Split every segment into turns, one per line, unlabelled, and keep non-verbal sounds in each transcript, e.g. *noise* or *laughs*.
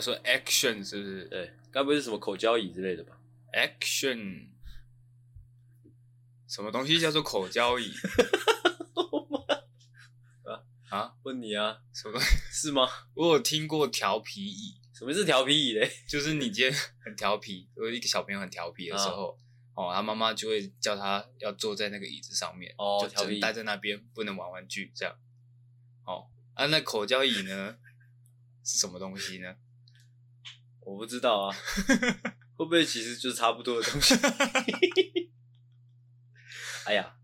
说 action 是不是
对，该不会是什么口交椅之类的吧？
？action 什么东西叫做口交
*laughs*
椅啊？
问你啊，
什么东西？
是吗？
我有听过调皮椅，
什么是调皮椅嘞？
就是你今天很调皮，有一个小朋友很调皮的时候，
嗯
哦，他妈妈就会叫他要坐在那个椅子上面，
哦
就
调
只
皮
能
椅
待在那边，不能玩玩具这样。哦，啊，那口交椅呢 *laughs* 是什么东西呢？
我不知道 *laughs* 啊，会不会其实就是差不多的东西？ *laughs* 哎呀，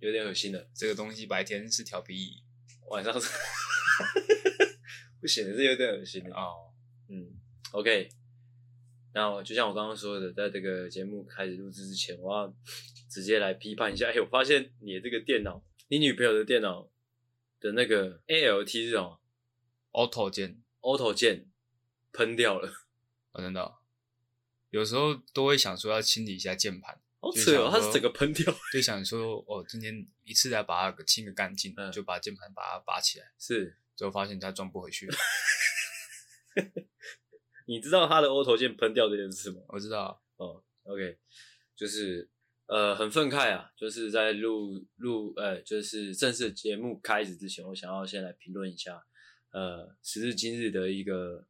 有点恶心了。
这个东西白天是调皮椅
晚上是， *laughs* 不行，这有点恶心了。
哦，
嗯，OK。那我就像我刚刚说的，在这个节目开始录制之前，我要直接来批判一下。哎、我发现你的这个电脑，你女朋友的电脑的那个 ALT 是什么
，auto 键，
？Auto 键喷掉了，
我、真的哦、有时候都会想说要清理一下键盘，
好
就
扯哦！
想
它
说
是整个喷
*laughs*
掉，
就想说哦，今天一次来把它给清个干净，
嗯
就把键盘把它拔起来，
*laughs* 是
最后发现它装不回去了。 *laughs*
你知道他的 auto 键喷掉这件事吗？
我知道，
哦，OK，就是呃很愤慨啊，就是在录录呃就是正式节目开始之前，我想要先来评论一下呃时至今日的一个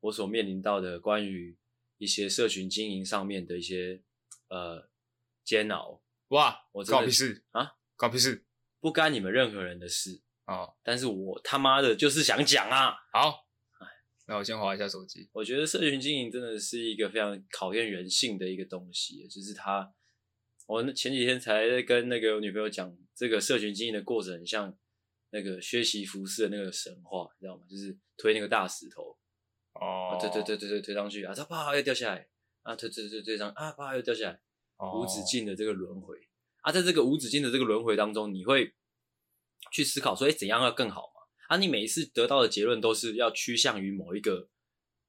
我所面临到的关于一些社群经营上面的一些呃煎熬，
哇，
*laughs* 我真的
搞屁事
啊，
搞屁事
不干你们任何人的事，
哦，
但是我他妈的就是想讲啊。
好，那我先划一下手机。
我觉得社群经营真的是一个非常考验人性的一个东西，就是它，我前几天才在跟那个我女朋友讲，这个社群经营的过程很像那个薛西弗斯的那个神话，你知道吗？就是推那个大石头，
哦
啊，推推推推推推上去啊，它啪又掉下来，啊，推推推推上啊，啪又掉下来，无
哦
止。境的这个轮回啊，在这个无止境的这个轮回当中，你会去思考说，哎、怎样要更好嘛？啊，你每一次得到的结论都是要趋向于某一个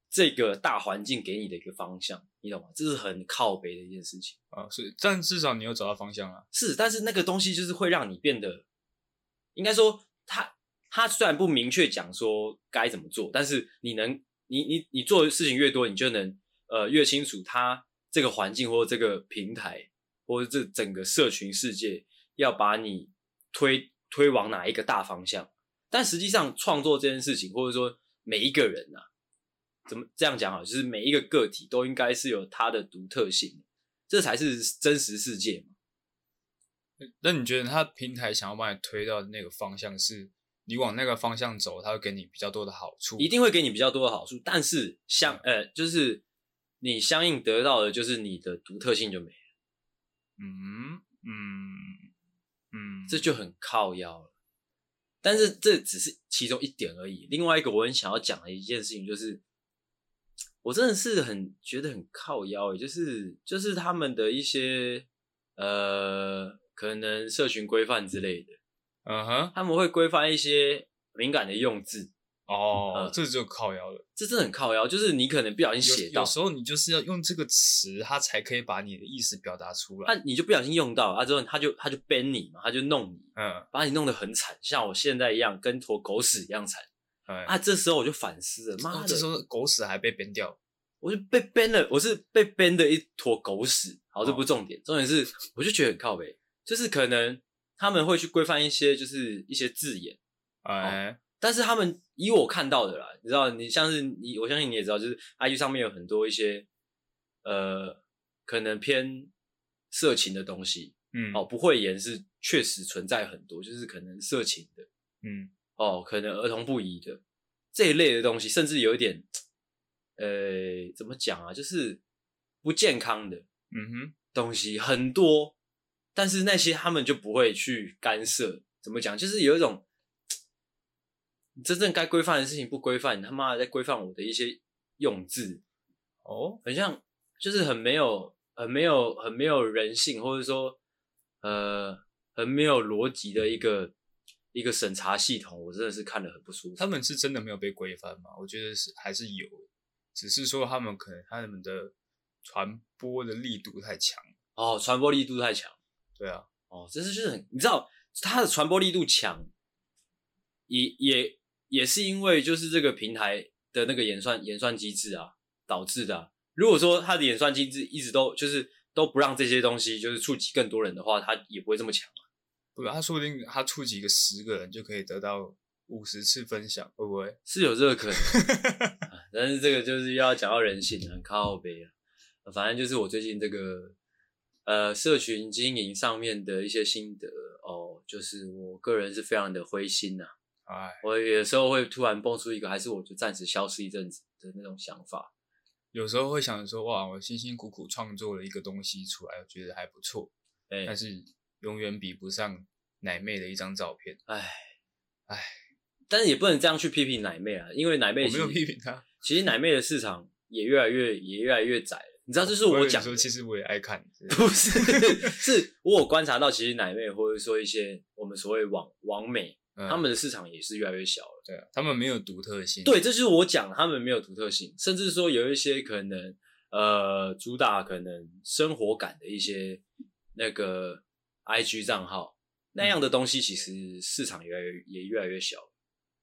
这个大环境给你的一个方向，你懂吗？这是很靠北的一件事情。
啊，所以但至少你有找到方向啊了。
是，但是那个东西就是会让你变得，应该说他他虽然不明确讲说该怎么做，但是你能你你你做的事情越多，你就能呃越清楚他这个环境或这个平台或者这整个社群世界要把你推推往哪一个大方向。但实际上创作这件事情，或者说每一个人呐、啊，怎么这样讲好？就是每一个个体都应该是有它的独特性，这才是真实世界嘛。
那你觉得他平台想要把你推到的那个方向是，你往那个方向走，他会给你比较多的好处？
一定会给你比较多的好处，但是相
嗯
呃，就是你相应得到的就是你的独特性就没了，
嗯嗯嗯，
这就很靠腰了。但是这只是其中一点而已。另外一个我很想要讲的一件事情就是，我真的是很觉得很靠腰、欸，就是就是他们的一些呃，可能社群规范之类的，
嗯哼，
他们会规范一些敏感的用字，
哦
嗯，
这就靠腰了。
这真的很靠腰，就是你可能不小心写
有
到
有，时候你就是要用这个词，它才可以把你的意思表达出来。
那啊你就不小心用到啊，之后他就他就 ban 你嘛，他就弄你，
嗯
把你弄得很惨，像我现在一样，跟坨狗屎一样惨
嗯，
啊！这时候我就反思了，妈
哦
的，
这时候狗屎还被编掉，
我就被 ban 了，我是被 ban 的一坨狗屎。好，这
哦
不是重点，重点是我就觉得很靠北，就是可能他们会去规范一些就是一些字眼，
哎，
但是他们以我看到的啦，你知道，你像是你，我相信你也知道，就是 IG 上面有很多一些呃，可能偏色情的东西，
嗯，
哦，，不会言是确实存在很多，就是可能色情的
嗯，
哦，可能儿童不宜的这一类的东西，甚至有一点，呃，怎么讲啊，就是不健康的
嗯
东西很多，但是那些他们就不会去干涉。怎么讲，就是有一种你真正该规范的事情不规范，你他妈的在规范我的一些用字，
哼，哦，
很像，就是很没有、很没有、很没有人性，或者说，呃，很没有逻辑的一个一个审查系统，我真的是看得很不舒服。
他们是真的没有被规范吗？我觉得是还是有，只是说他们可能他们的传播的力度太强。
哦，传播力度太强
对啊，
哦，真是就是很，你知道它的传播力度强，也也也是因为就是这个平台的那个演算演算机制啊导致的啊、如果说它的演算机制一直都就是都不让这些东西就是触及更多人的话，它也不会这么强啊。
不，他说不定他触及个十个人就可以得到五十次分享，会不会？
是有这个可能， *laughs* 啊但是这个就是要讲到人性，很靠背啊。反正就是我最近这个呃社群经营上面的一些心得哦，就是我个人是非常的灰心呐、
哎，
我有时候会突然蹦出一个，还是我就暂时消失一阵子的那种想法。
有时候会想说，哇，我辛辛苦苦创作了一个东西出来，我觉得还不错，
哎、
但是永远比不上奶妹的一张照片。
哎
哎，
但是也不能这样去批评奶妹啊，因为奶妹
我
其
没
实
有批评她，
其实奶妹的市场也越来越也越来越窄了。你知道，这是
我有
我
点
讲的
说，其实我也爱看。
不是是我有观察到，其实奶妹或者说一些我们所谓网网美，
嗯
*laughs* 他们的市场也是越来越小了。
对啊，他们没有独特性。
对，这就是我讲的，他们没有独特性，甚至说有一些可能呃主打可能生活感的一些那个 IG 账号那样的东西，其实市场越来越也越来越小。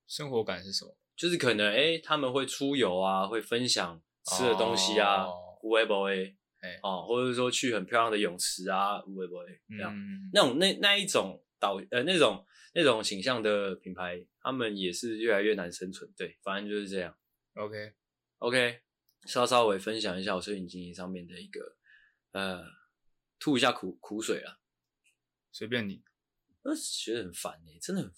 生活感是什么？
就是可能哎、诶他们会出游啊，会分享吃的东西啊
哦，
无微不微
哎，
哦，或者说去很漂亮的泳池啊，无微不微这样。
嗯，
那种那那一种导呃那种那种形象的品牌，他们也是越来越难生存。对，反正就是这样。
OK，
OK，稍稍微分享一下我摄影经营上面的一个呃，吐一下苦苦水啊，
随便你。
那觉得很烦哎、真的很烦。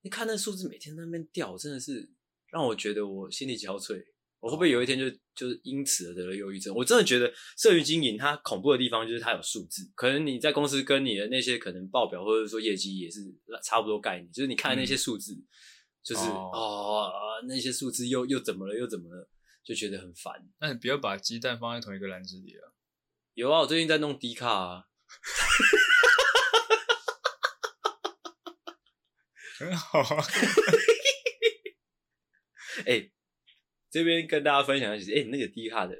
你看那数字每天在那边掉，真的是让我觉得我心力憔悴。我会不会有一天就就是因此而得了忧郁症？我真的觉得社群经营它恐怖的地方就是它有数字，可能你在公司跟你的那些可能报表或者说业绩也是差不多概念，就是你看那些数字，就是
哦
哦啊那些数字又又怎么了又怎么了，就觉得很烦。
那你不要把鸡蛋放在同一个篮子里啊！
有啊，我最近在弄低卡啊，
很好啊，
哎、这边跟大家分享一下，哎、那个低卡的，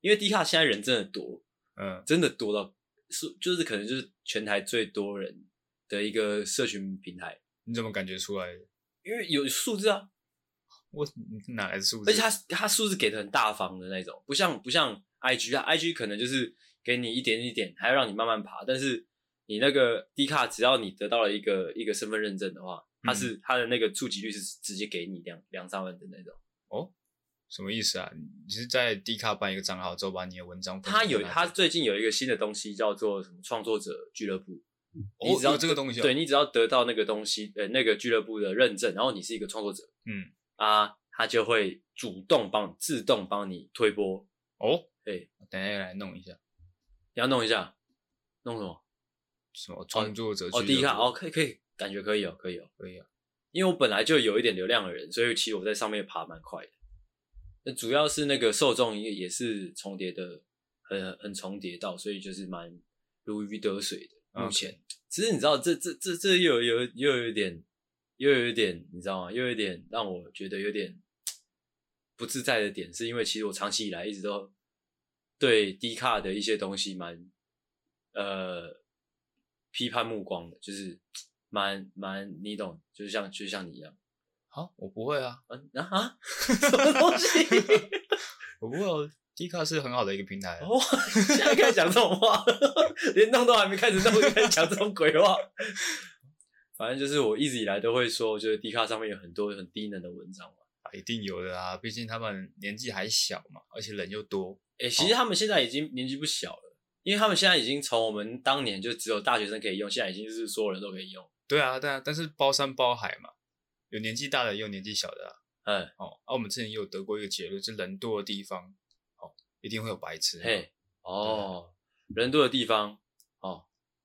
因为低卡现在人真的多，
嗯，
真的多到是就是可能就是全台最多人的一个社群平台，
你怎么感觉出来的？
因为有数字啊，
我你哪来的数字？
而且它它数字给的很大方的那种，不像不像 IG 啊，IG 可能就是给你一点一点，还要让你慢慢爬，但是你那个低卡，只要你得到了一个一个身份认证的话，
嗯
它是、它的那个触及率是直接给你两两三万的那种。
哦什么意思啊？你是在 D 卡办一个账号之后，把你的文章分享
他
给
有
大
他
家
最近有一个新的东西叫做什么创作者俱乐部，
哦
你只要
有这个东西哦
对你只要得到那个东西，呃，那个俱乐部的认证，然后你是一个创作者
嗯
啊，他就会主动帮你自动帮你推播。
哦，
对，
等一下来弄一下
你要弄一下，弄什么？
什么创作者
哦，
俱
第一
乐
看
部
哦，可以可以，感觉可以哦，可以哦，
可以啊，
因为我本来就有一点流量的人，所以其实我在上面爬蛮快的。那主要是那个受众也也是重叠的，很很重叠到，所以就是蛮如鱼得水的。目
OK
前其实你知道，这这这这又有有又有一点，又有一点，你知道吗？又有一点让我觉得有点不自在的点，是因为其实我长期以来一直都对低卡的一些东西蛮呃批判目光的，就是蛮蛮你懂，就是像就像你一样，
好，我不会啊，
啊啊啊， *laughs* 什么东西？
我不会哦。D 卡是很好的一个平台啊，
哇！现在开始讲这种话， *laughs* 连弄都还没开始弄，就开始讲这种鬼话。反正就是我一直以来都会说，就是 D 卡上面有很多很低能的文章嘛。
啊一定有的啊，毕竟他们年纪还小嘛，而且人又多，
哎、其实他们现在已经年纪不小了，因为他们现在已经从我们当年就只有大学生可以用，现在已经是所有人都可以用。
对啊，对啊，但是包山包海嘛，有年纪大的，也有年纪小的啊。
嗯，
哦，啊，我们之前也有得过一个结论，就是人多的地方，哦，一定会有白痴。
嘿，哦，人多的地方，哦，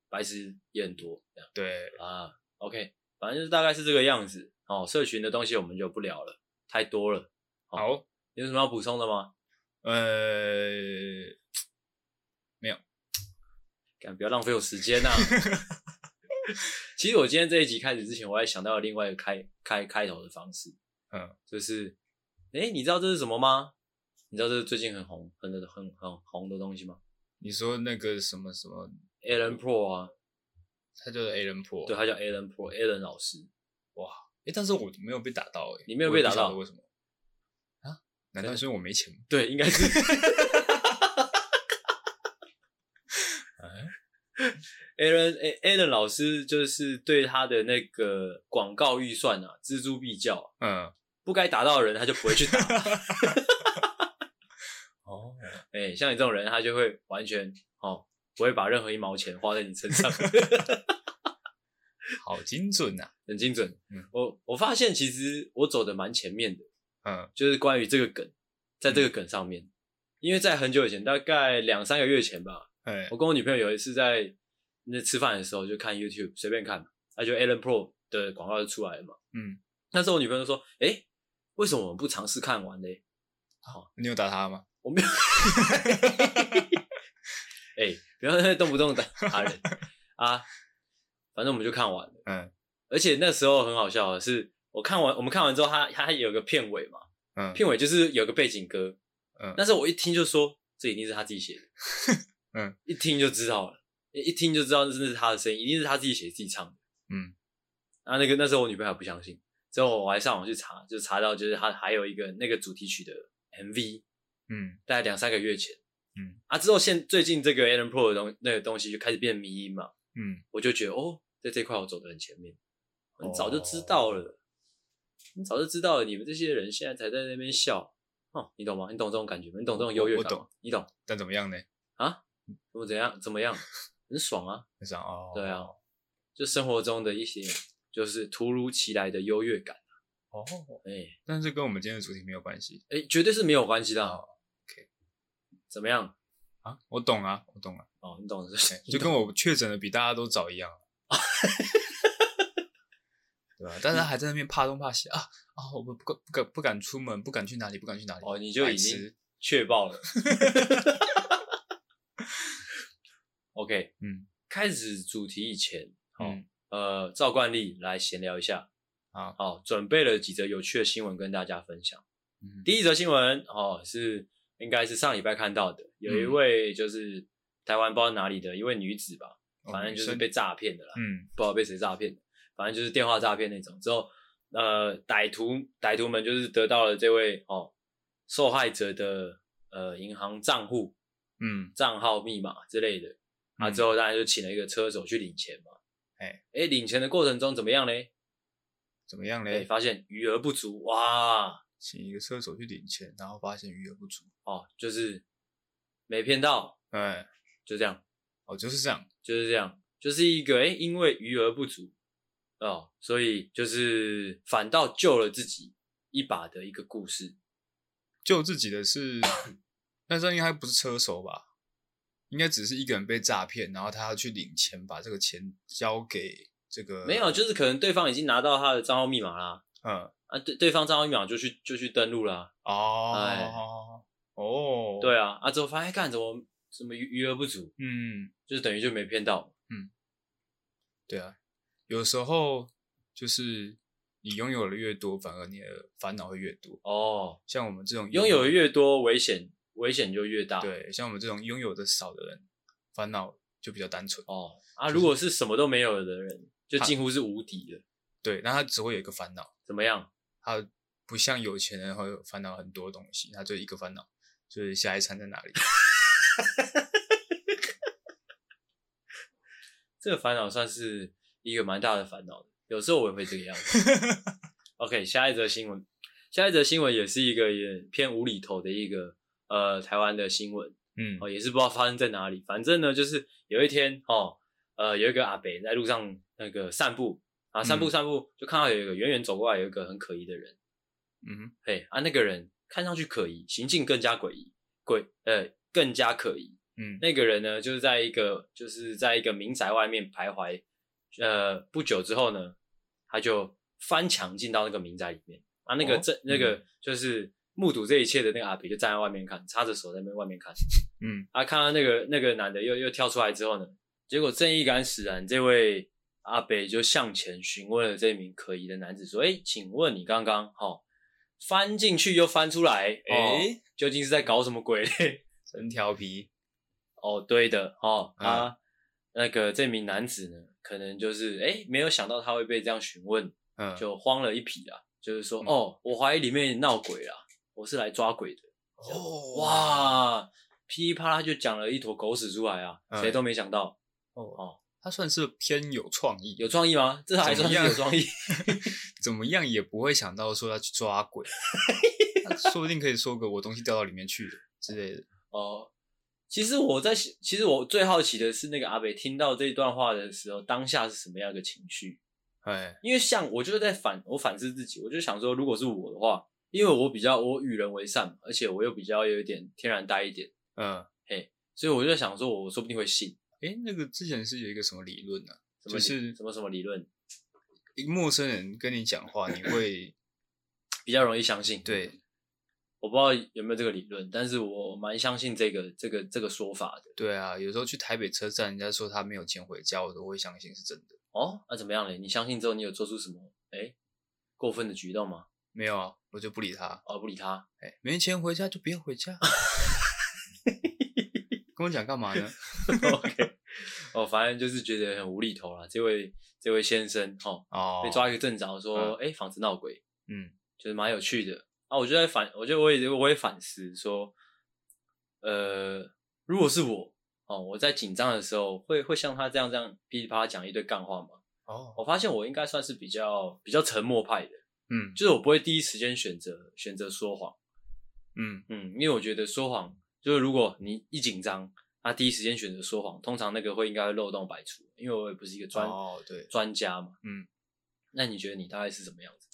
白痴也很多，这样。
对，
啊，OK，反正就是大概是这个样子哦。社群的东西我们就不聊了，太多了。
好，
有什么要补充的吗？
呃， *laughs*
干，不要浪费我时间呐、啊。 *laughs* 其实我今天这一集开始之前，我还想到了另外一个开开开头的方式，
嗯，
就是，哎、你知道这是什么吗？你知道这是最近很红、很很很红的东西吗
你说那个什么什么，
？Alan Pro 啊，
他就是 A 人婆，
对，他叫 Alan Pro，Alan 老师。
哇，诶，但是我没有被打到、诶，
你没有被打到
我也不晓得为什么？啊难道是因为我没钱吗？
对，应该是。Alan 哎 A- Alan 老师就是对他的那个广告预算啊，锱铢必较啊，
嗯，
不该打到的人他就不会去打。
哦，
哎、像你这种人，他就会完全哦，不会把任何一毛钱花在你身上，
好精准啊呐、
很精准。
嗯
我我发现其实我走的蛮前面的，
嗯
就是关于这个梗，在这个梗上面，因为在很久以前，大概两三个月前吧，
哎
我跟我女朋友有一次在那吃饭的时候就看 YouTube 随便看嘛，那就 Alan Pro 的广告就出来了嘛。
嗯，
那时候我女朋友就说：“哎、为什么我们不尝试看完嘞
你有打他吗？？”
哎、不要再动不动打打人啊！反正我们就看完了。
嗯
而且那时候很好笑的是，我看完我们看完之后，它它有个片尾嘛，
嗯
片尾就是有个背景歌，
嗯
但是我一听就说这一定是他自己写的，
*laughs* 嗯，
一听就知道了，一一听就知道这是他的声音，一定是他自己写自己唱的，
嗯，
啊，那个那时候我女朋友还不相信，之后我还上网去查，就查到就是他还有一个那个主题曲的 MV，
嗯
大概两三个月前，
嗯，
啊，之后现最近这个 Alan Pro 的东那个东西就开始变迷音嘛，
嗯，
我就觉得哦，在这块我走得很前面，很早就
哦
知道了，很早就知道了，你们这些人现在才在那边笑，哦，你懂吗？你懂这种感觉吗？你懂这种优越感吗？
我我懂嗯
你懂？啊
但怎么样呢？
怎么怎样？怎么样？很爽啊！
很少哦。
对啊，就生活中的一些就是突如其来的优越感，
哦，
哎、
但是跟我们今天的主题没有关系
哎、绝对是没有关系的啊。
哦 OK
怎么样？
啊。我懂啊，我懂啊，
哦，你懂是、
哎就跟我确诊的比大家都早一样。啊对啊，但是他还在那边怕东怕西啊啊！我不不不敢不敢出门，不敢去哪里，不敢去哪里。
哦，你就已
白痴
经确爆
*laughs*
了。OK，
嗯，
开始主题以前，好、
嗯
呃，照惯例来闲聊一下。
好
好，准备了几则有趣的新闻跟大家分享。
嗯
第一则新闻哦，是应该是上礼拜看到的，有
嗯
一位就是台湾不知道哪里的一位女子吧，
哦
反正就
女
是
生
被诈骗的啦，
嗯
不知道被谁诈骗的，反正就是电话诈骗那种。之后，呃，歹徒歹徒们就是得到了这位哦受害者的呃银行账户
嗯
账号密码之类的，啊，
嗯
之后当然就请了一个车手去领钱嘛。
哎
哎，领钱的过程中怎么样嘞？
怎么样
哎，
嘞？
发现余额不足，哇，
请一个车手去领钱，然后发现余额不足。
哦，就是没骗到，
哎，
就这样，
哦，就是这样。
就是这样，就是一个哎，诶因为余额不足哦，所以就是反倒救了自己一把的一个故事。
救自己的是，但是应该不是车手吧？应该只是一个人被诈骗，然后他要去领钱，把这个钱交给这个
没有，就是可能对方已经拿到他的账号密码啦，
嗯
啊，对，对方账号密码就去就去登录啦，哎
哦哦
对啊，啊之后发现哎干怎么怎么余余额不足，
嗯
就是等于就没骗到，
对啊，有时候就是你拥有的越多，反而你的烦恼会越多。
哦，
像我们这种
拥有的越多，危险危险就越大，，
对，像我们这种拥有的少的人，烦恼就比较单纯。
哦啊，如果是什么都没有的人，就近乎是无敌的，
对，那他只会有一个烦恼，
怎么样？
他不像有钱人会有烦恼很多东西，他就一个烦恼，就是下一餐在哪里。 *laughs*
这个烦恼算是一个蛮大的烦恼的，有时候我也会这个样子。OK，下一则新闻，下一则新闻也是一个也偏无厘头的一个呃台湾的新闻。
嗯
哦，也是不知道发生在哪里。反正呢，就是有一天哦，呃，有一个阿北在路上那个散步啊，散步
嗯
散步，就看到有一个远远走过来有一个很可疑的人，
嗯哼
嘿啊，那个人看上去可疑，行径更加诡异，诡呃更加可疑。
嗯
那个人呢，就是在一个就是在一个民宅外面徘徊，呃，不久之后呢，他就翻墙进到那个民宅里面啊，那个
哦
这、那个就是目睹这一切的那个阿北就站在外面看，插着手在那边外面看。
嗯
啊，看到那个那个男的又又跳出来之后呢，结果正义感使然，这位阿北就向前询问了这名可疑的男子说：“哎、请问你刚刚哦翻进去又翻出来，哦
诶
究竟是在搞什么鬼 *laughs* 嘞
真调皮。？”
哦，对的哦，
嗯
啊，那个这名男子呢，可能就是哎、没有想到他会被这样询问，
嗯，
就慌了一匹啊，就是说、
嗯
哦，我怀疑里面闹鬼了。我是来抓鬼的。
哦，
哇，噼里啪啦就讲了一坨狗屎出来啊，
嗯
谁都没想到，
哦，他算是偏有创意，
有创意吗？这还算是有创意。
*laughs* 怎么样也不会想到说要去抓
*laughs*
鬼，那说不定可以说个我东西掉到里面去了之类的。
哦，其实我在，其实我最好奇的是，那个阿北听到这一段话的时候，当下是什么样一个情绪？
哎，
因为像我就是在反，我反思自己，我就想说，如果是我的话，因为我比较我与人为善嘛，而且我又比较有一点天然呆一点，
嗯，
所以我就在想说，我说不定会信
哎，那个之前是有一个什么理论呢、啊？
什么
就
理
是
什么什么理论，
一个陌生人跟你讲话，你会
比较容易相信。，
对
我不知道有没有这个理论，但是我蛮相信这个这个这个说法的。
对啊，有时候去台北车站，人家说他没有钱回家，我都会相信是真的。
哦，那、怎么样嘞？你相信之后，你有做出什么哎、过分的举动吗？
没有啊，我就不理他。
哦，不理他，
哎，没钱回家就不要回家。 *laughs* 跟我讲干嘛呢？
OK，哦，反正就是觉得很无厘头啦。这位这位先生哈、哦，
哦，
被抓一个正着，说哎、诶房子闹鬼，
嗯，
就是蛮有趣的啊。我就在反，我就我也我也反思说，呃，如果是我哦，我在紧张的时候会会像他这样这样噼里啪啦讲一堆干话吗？
哦，
我发现我应该算是比较比较沉默派的，
嗯
就是我不会第一时间选择选择说谎，
嗯，
嗯，因为我觉得说谎就是如果你一紧张，他第一时间选择说谎，通常那个会应该会漏洞百出，因为我也不是一个专、
哦，对，
专家嘛，
嗯，
那你觉得你大概是什么样子？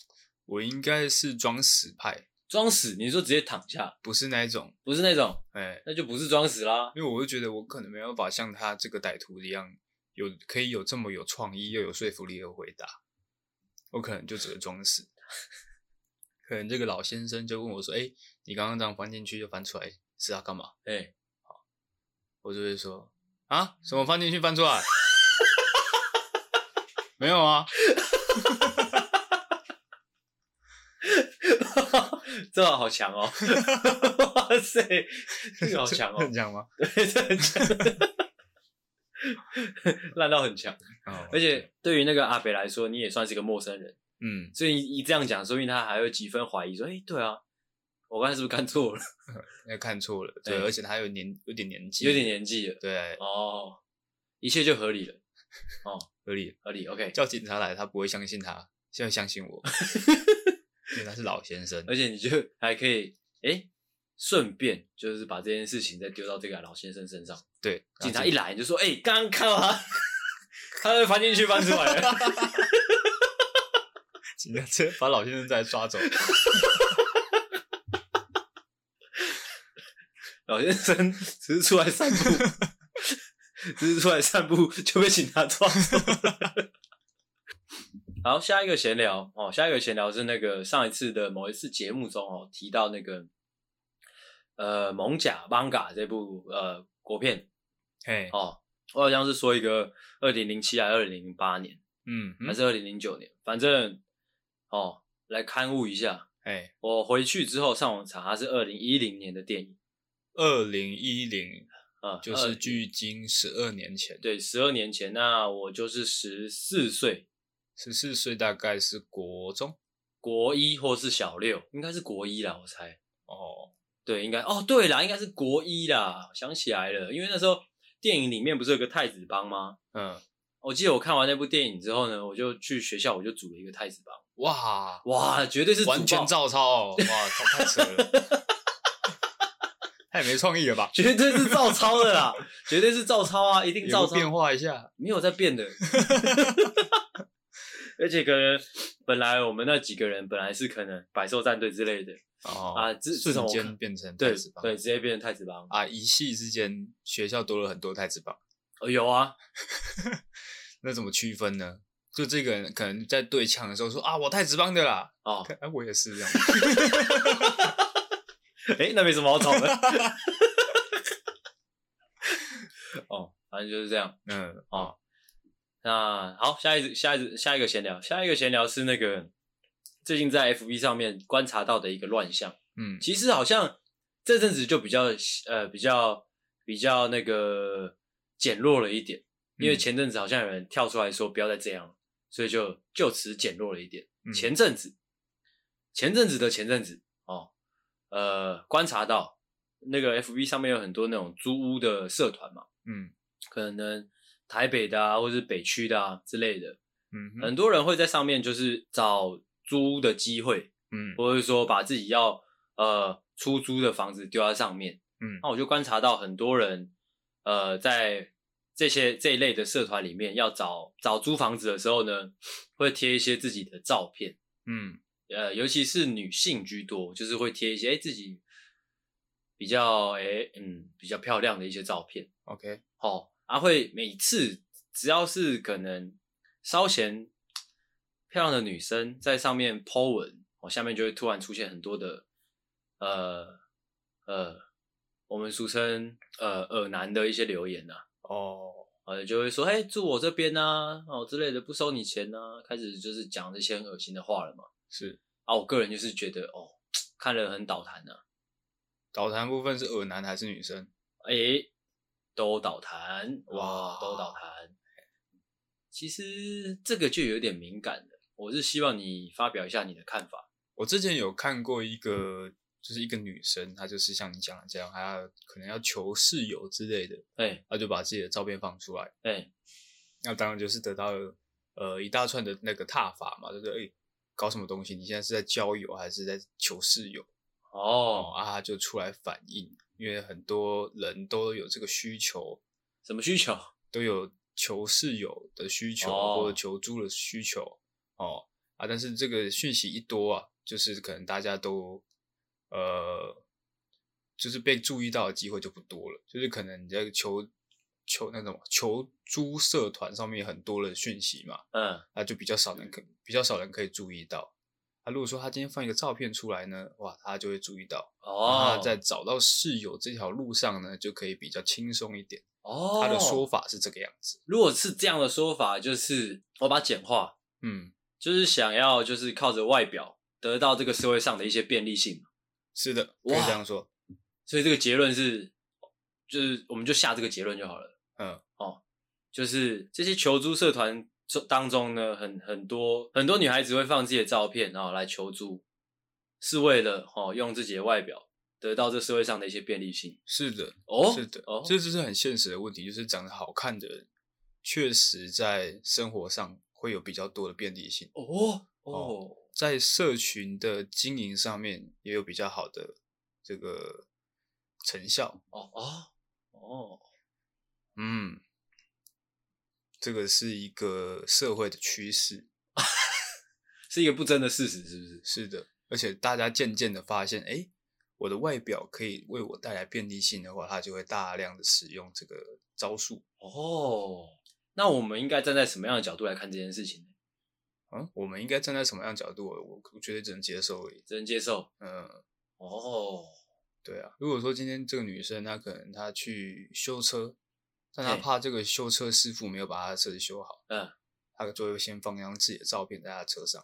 我应该是装死派，
装死？你说直接躺下，
不是那一种，
不是那种，
哎，
那就不是装死啦。
因为我会觉得我可能没办法像他这个歹徒一样，有可以有这么有创意又有说服力的回答，我可能就只会装死。 *laughs* 可能这个老先生就问我说：“哎、你刚刚这样翻进去又翻出来，是要干嘛
哎、？”
我就会说：“啊，什么翻进去翻出来？ *laughs* 没有啊，
*laughs* 这好强 *laughs* 哦！哇塞，这个
*laughs*
好强哦
很，强吗？
对，这很强，烂到很强。
哦
而且对于那个阿北来说，你也算是个陌生人，
嗯，
所以你一这样讲，说明他还有几分怀疑，说：“哎、对啊，我刚才是不是看错了？
那看错了，对，
对
而且他有年有点年纪，
有点年纪了。
对”，
哦，一切就合理了，
合理。
合理。OK，
叫警察来，他不会相信他，现在相信
*laughs*
我，因为他是老先生。
而且你就还可以，哎、顺便就是把这件事情再丢到这个老先生身上。
对，
警察
然后
一来你就说：“哎、刚刚看到他，他被翻进去翻出来了。
警察直接把老先生再
*laughs*
抓走。
老先生只是出来散步，只是出来散步 *laughs* 就被警察抓走了。 *laughs* 好，下一个闲聊哦，下一个闲聊是那个上一次的某一次节目中哦提到那个呃《蒙甲 Manga》这部呃国片
嘿，
哦，我好像是说一个二零零七还是二零零八年，
嗯，
还
嗯
是二零零九年，反正哦来刊物一下。
嘿，
我回去之后上网查，它是二零一零年的电影
二零一零
啊，
就是
20
距今十二年前，
对，十二年前，那我就是十四岁，
十四岁大概是国中
国一或是小六，应该是国一啦，我猜。
哦，
对，应该哦，对啦，应该是国一啦，想起来了，因为那时候电影里面不是有个太子帮吗？
嗯，
我记得我看完那部电影之后呢，我就去学校，我就组了一个太子帮，
哇，
哇，绝对是组
完全
爆
照抄、哦，哇，靠太扯了，
*laughs*
太没创意了吧？
绝对是照抄的啦，绝对是照抄啊，一定
有
照
没有
抄，
变化一下，
没有在
*laughs*
变的。而且可能本来我们那几个人本来是可能百兽战队之类的，
哦
啊自自
瞬
从我
间
看
变成
对
太子帮
对，直接变成太子帮。
啊，一系之间学校多了很多太子帮。
哦，有啊，
那怎么区分呢？就这个人可能在对呛的时候说啊，我太直帮的啦， *laughs*
哦，
看哎、我也是这样，
哎、那没什么
*laughs*
好吵的。哦，反正就是这样。
嗯，
哦，那好，下一下一下一个闲聊，下一个闲聊是那个最近在 FB 上面观察到的一个乱象。
嗯，
其实好像这阵子就比较呃比较比较那个减弱了一点，因为
嗯
前阵子好像有人跳出来说不要再这样了，所以就就此减弱了一点。
嗯
前阵子，前阵子的前阵子哦，呃观察到那个 FB 上面有很多那种租屋的社团嘛，
嗯
可能台北的啊，或是北区的啊之类的，
嗯哼
很多人会在上面就是找租屋的机会，
嗯
或者说把自己要呃出租的房子丢在上面。
嗯
那我就观察到很多人，呃，在这些这一类的社团里面，要找找租房子的时候呢，会贴一些自己的照片，
嗯
呃，尤其是女性居多，就是会贴一些哎、自己比较哎、嗯比较漂亮的一些照片。
，OK，
哦，啊会每次只要是可能稍显漂亮的女生在上面 po 文，哦下面就会突然出现很多的呃呃，我们俗称呃耳男的一些留言呐、啊。
哦，
呃，就会说，哎、住我这边呐、哦之类的，不收你钱呐、开始就是讲这些很恶心的话了嘛。
是
啊，我个人就是觉得，哦，看了很倒啊弹呐、
导弹部分是耳男还是女生？
哎、都倒弹哇，
哇
都倒弹。其实这个就有点敏感了，我是希望你发表一下你的看法。
我之前有看过一个，就是一个女生，她就是像你讲的这样，她可能要求室友之类的，
哎、
她就把自己的照片放出来，
哎、
那当然就是得到了呃一大串的那个挞伐嘛，就是诶、搞什么东西？你现在是在交友还是在求室友？哦
哦，
啊，她就出来反应，因为很多人都有这个需求，
什么需求？
都有求室友的需求、啊
哦
或者求租的需求哦啊，但是这个讯息一多啊，就是可能大家都呃，就是被注意到的机会就不多了，就是可能你在求求那种求租社团上面很多的讯息嘛，
嗯，
啊，就比较少人可比较少人可以注意到。啊，如果说他今天放一个照片出来呢，哇，他就会注意到，
哦
他，啊在找到室友这条路上呢，就可以比较轻松一点。
哦，
他的说，法是这个样子，
如果是这样的说法，就是我把它简化，
嗯，
就是想要就是靠着外表得到这个社会上的一些便利性嘛。
是的，可
哇
以这样说。
所以这个结论是，就是我们就下这个结论就好了。哦
嗯
就是这些求租社团中当中呢，很很多很多女孩子会放自己的照片啊、哦、来求租，是为了哦用自己的外表得到这社会上的一些便利性。
是的，
哦，
是的，
哦，
这就是很现实的问题，就是长得好看的人，确实在生活上会有比较多的便利性，
哦哦
哦，在社群的经营上面也有比较好的这个成效。
哦哦哦，
嗯，这个是一个社会的趋势，
是一个不争的事实，是不是？
是的，而且大家渐渐的发现，哎，我的外表可以为我带来便利性的话，他就会大量的使用这个招数。
哦，那我们应该站在什么样的角度来看这件事情呢？
嗯，我们应该站在什么样的角度？我我觉得只能接受而已。
只能接受。
嗯，
哦，
对啊。如果说今天这个女生她可能她去修车，但她
嘿
怕这个修车师傅没有把她的车子修好，
嗯，
她就会先放一张自己的照片在她的车上。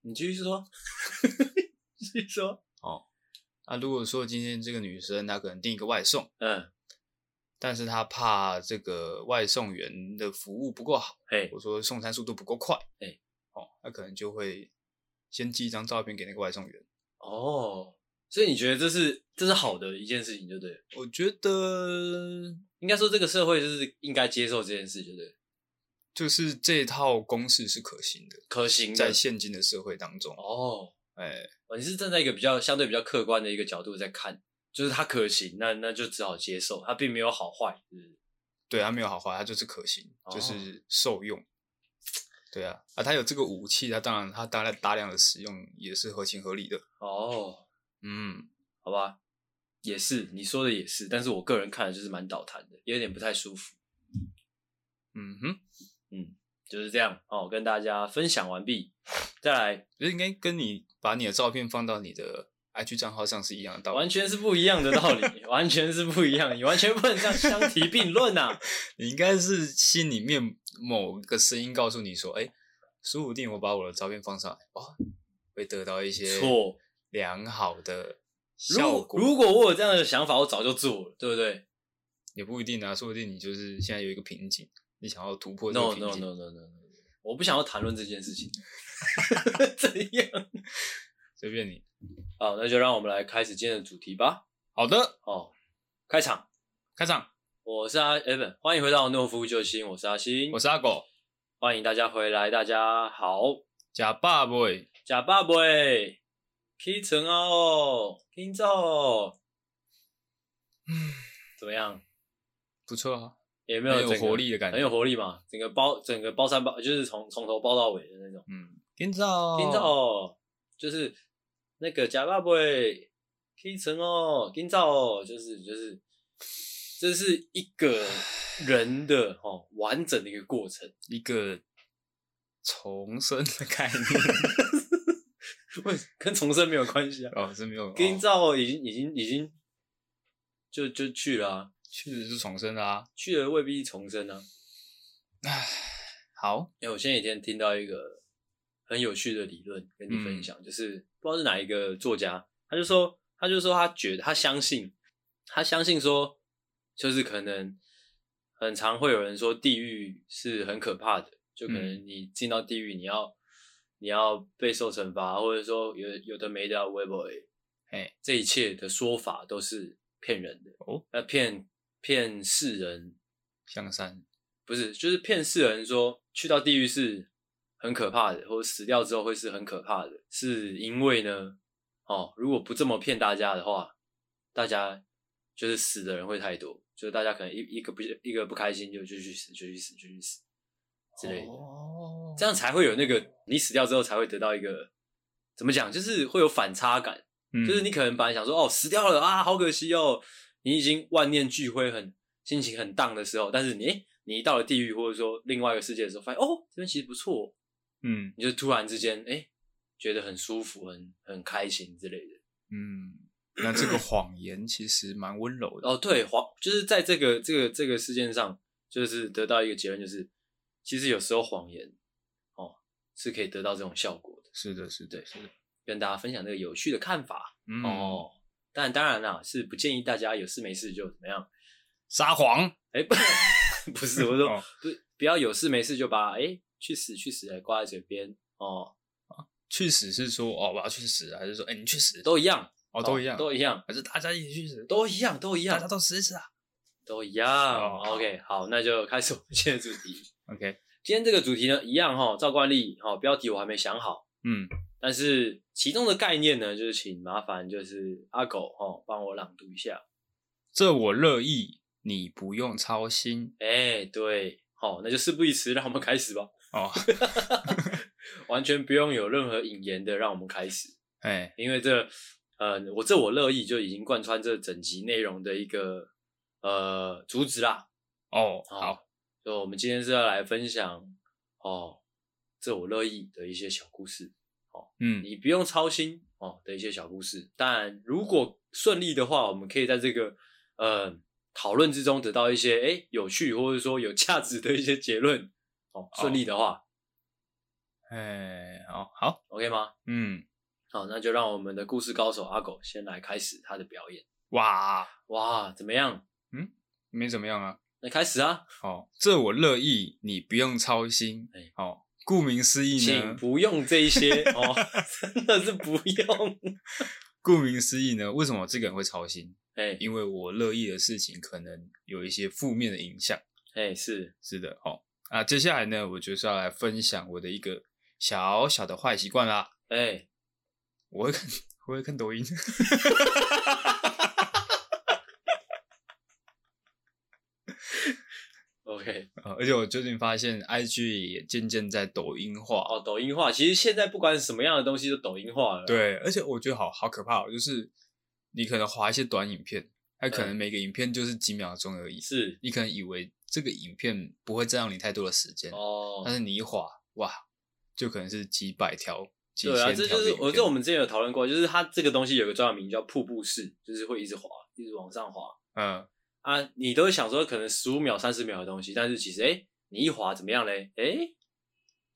你继续说， *laughs* 继续说。
啊，如果说今天这个女生她可能订一个外送，
嗯，
但是她怕这个外送员的服务不够好，
嘿，
我说送餐速度不够快，
哎，
哦，那可能就会先寄一张照片给那个外送员。
哦，所以你觉得这是这是好的一件事情，就对了。
我觉得
应该说这个社会就是应该接受这件事，就对了，
就是这套公式是可行的。
可行的
在。现今的社会当中，
哦，
哎，
你是站在一个比较相对比较客观的一个角度在看，就是它可行，那那就只好接受，它并没有好坏。是不是
对他没有好坏，他就是可行，
哦
就是受用。对啊，啊，他有这个武器，他当然他当然大量的使用也是合情合理的。
哦，
嗯，
好吧，也是你说的也是，但是我个人看的就是蛮倒弹的，有点不太舒服。
嗯哼，
就是这样哦，跟大家分享完毕。再来，
就是应该跟你把你的照片放到你的 IG 账号上是一样的道理。
完全是不一样的道理， *laughs* 完全是不一样，你完全不能这样相提并论呐、啊。
你应该是心里面某个声音告诉你说，哎，说不定我把我的照片放上来，哦，会得到 *laughs* 一些
错，
良好的效
如
果。
如果我有这样的想法，我早就做了，对不对
也不一定啊，说不定你就是现在有一个瓶颈，你想要突破这个
？No
瓶
no
颈。
no no no no，我不想要谈论这件事情。怎样？
随便你。
好，那就让我们来开始今天的主题吧。
好的，
哦，开场，
开场，
我是阿 Evan，欢迎回到懦夫救星，我是阿星
我，是阿狗，
欢迎大家回来，大家好，
假爸 boy，
假爸爸，起床啊哦，听照， *sighs* 怎么样？
不错啊，
有没
很
有
有
整个
活力的感觉，
很有活力嘛，整个包整个包山包就是从从头包到尾的那种。
嗯，天照，
今，早就是那个假爸爸起床哦，今早哦，就是就是这是一个人的哦完整的一个过程。
一个重生的概念
*laughs* 为跟重生没有关系啊？
哦，是没有，
今
哦、
早已经已经已经就就去了、啊，
确实是重生的啊，
去了未必重生啊。
好，
因为哎我前几天听到一个很有趣的理论跟你分享，就是不知道是哪一个作家，他就说，他就说他觉得他相信，他相信说，就是可能很常会有人说地狱是很可怕的，就可能你进到地狱，你要你要被受惩罚，或者说有有的没的微博，
嘿，
这一切的说法都是骗人的
哦，
那骗骗世人
向山，
不是，就是骗世人说去到地狱是很可怕的，或者死掉之后会是很可怕的，是因为呢，哦，如果不这么骗大家的话，大家就是死的人会太多，就是大家可能一一个不一个不开心就就去死，就去死，就去死之类的，
哦，
这样才会有那个你死掉之后才会得到一个怎么讲，就是会有反差感。
嗯
就是你可能本来想说哦死掉了啊，好可惜哦，你已经万念俱灰很，心情很荡的时候，但是你诶你一到了地狱或者说另外一个世界的时候，发现哦这边其实不错哦，
嗯
你就突然之间诶觉得很舒服、很很开心之类的。
嗯，那这个谎言其实蛮温柔的，
哦，对，黄就是在这个这个这个事件上，就是得到一个结论，就是其实有时候谎言哦是可以得到这种效果的。
是的，是的，是的，
跟大家分享这个有趣的看法、
嗯，
哦，但当然啦，是不建议大家有事没事就怎么样。
撒谎，
哎、不是不 *laughs* 是，我说、
*laughs* 哦
不不要有事没事就把哎、去死去死哎挂在嘴边哦，
去死是说哦我要去死，还是说哎、你去死，
都一样
哦都一样，
都一样
还是大家一起去死，
都一样都一
大家
样
都死一死啊
都一样。
哦
OK，好，那就开始我们今天的主题。
，OK，
今天这个主题呢，一样哈、照惯例哈、标题我还没想好，
嗯，
但是其中的概念呢，就是请麻烦就是阿狗哈、帮我朗读一下。
这我乐意，你不用操心
哎、对，好、那就事不宜迟，让我们开始吧。 *laughs*
哦，
完全不用有任何引言的，让我们开始。
哎，
因为这呃，我这我乐意就已经贯穿这整集内容的一个呃主旨啦。
哦，
哦
好，，
所以我们今天是要来分享哦，这我乐意的一些小故事，
嗯，
你不用操心哦的一些小故事。当然，如果顺利的话，我们可以在这个呃讨论之中得到一些哎有趣或者说有价值的一些结论。哦，顺利的话、
哎，哦，好，
o k 吗？
嗯，
好，那就让我们的故事高手阿狗先来开始他的表演。
哇，
哇，怎么样？
没怎么样啊，
那开始啊，
哦，这我乐意，你不用操心
哎，
哦，顾名思义
请
呢，
不用这
*laughs*
一些哦，真的是不用。
顾名思义呢，为什么这个人会操心？
哎
因为我乐意的事情可能有一些负面的影响。
哎，是
是的，哦，啊，接下来呢，我就是要来分享我的一个小小的坏习惯啦。
哎，
我会看， *laughs* 我会看抖音。
OK。
啊 *laughs* 而且我最近发现，IG 也渐渐在抖音化。
哦，抖音化，其实现在不管什么样的东西都抖音化了。，
对，而且我觉得好好可怕、哦，就是你可能划一些短影片，它可能
嗯
每个影片就是几秒钟而已。
是
你可能以为这个影片不会占用你太多的时间，
哦
但，是你一划，哇，就可能是几百条、几
对啊，
千条的影片。
这就是我这我们之前有讨论过，就是它这个东西有个专有名叫瀑布式，就是会一直滑，一直往上滑
嗯，
啊。你都会想说可能十五秒、三十秒的东西，但是其实哎，你一滑怎么样嘞？哎，一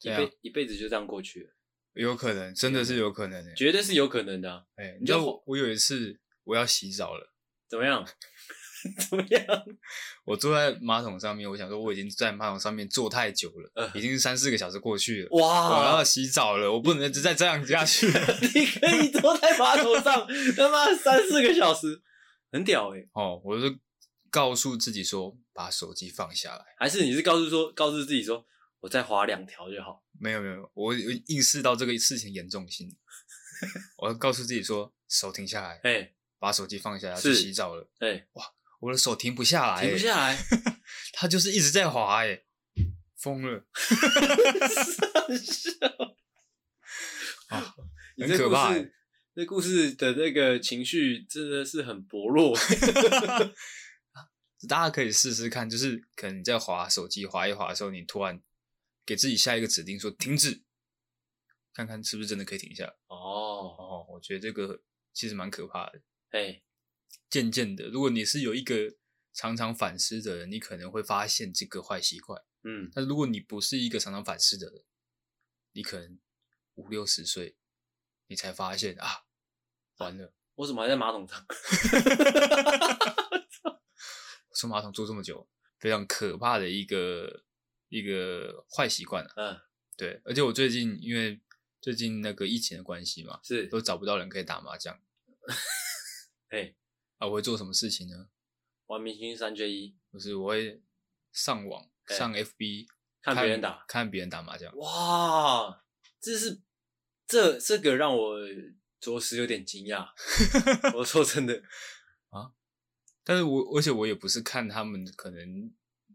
对啊
辈、一辈子就这样过去了，
有可能，真的是有可能诶、欸
绝对是有可能的啊、
哎、你
你
知道
就
我我有一次我要洗澡了，
怎么样？ *laughs* 怎么样？
我坐在马桶上面，我想说我已经在马桶上面坐太久了，
嗯
已经是三四个小时过去了，我
哇
要，洗澡了，我不能再这样下去
*laughs*
了。
你可以坐在马桶上他妈三四个小时，很屌哎、
哦，我就告诉自己说，把手机放下来。
还是你是告诉说告诉自己说，我再划两条就好。
没有没有，我有意识到这个事情严重
*laughs*
性，我告诉自己说，手停下来，
哎、
把手机放下来，要
是
去洗澡了。
哎、
我的手停不下来、
停不下来，
哎它就是一直在滑、哎，疯了。啊，
你
很
这
可
故
怕欸
事，这故事的那个情绪真的是很薄弱。
大家可以试试看，就是可能你在滑手机滑一滑的时候，你突然给自己下一个指令说停止，看看是不是真的可以停下来。
哦，
哦，我觉得这个其实蛮可怕的。
哎、
渐渐的，如果你是有一个常常反思的人，你可能会发现这个坏习惯。
嗯，
但如果你不是一个常常反思的人，你可能五六十岁，你才发现啊，完了，
我怎么还在马桶上？ *laughs*
我冲马桶坐这么久，非常可怕的一个一个坏习惯啊。
嗯，
对，而且我最近因为最近那个疫情的关系嘛，
是，
都找不到人可以打麻
*laughs*
将
哎、
啊。我会做什么事情呢？
玩明星三缺一，
就是我会上网
对
上 FB
看别人打，
看别人打麻将。
哇，这是这这个让我着实有点惊
*laughs*
讶。我说真的，
但是我而且我也不是看他们可能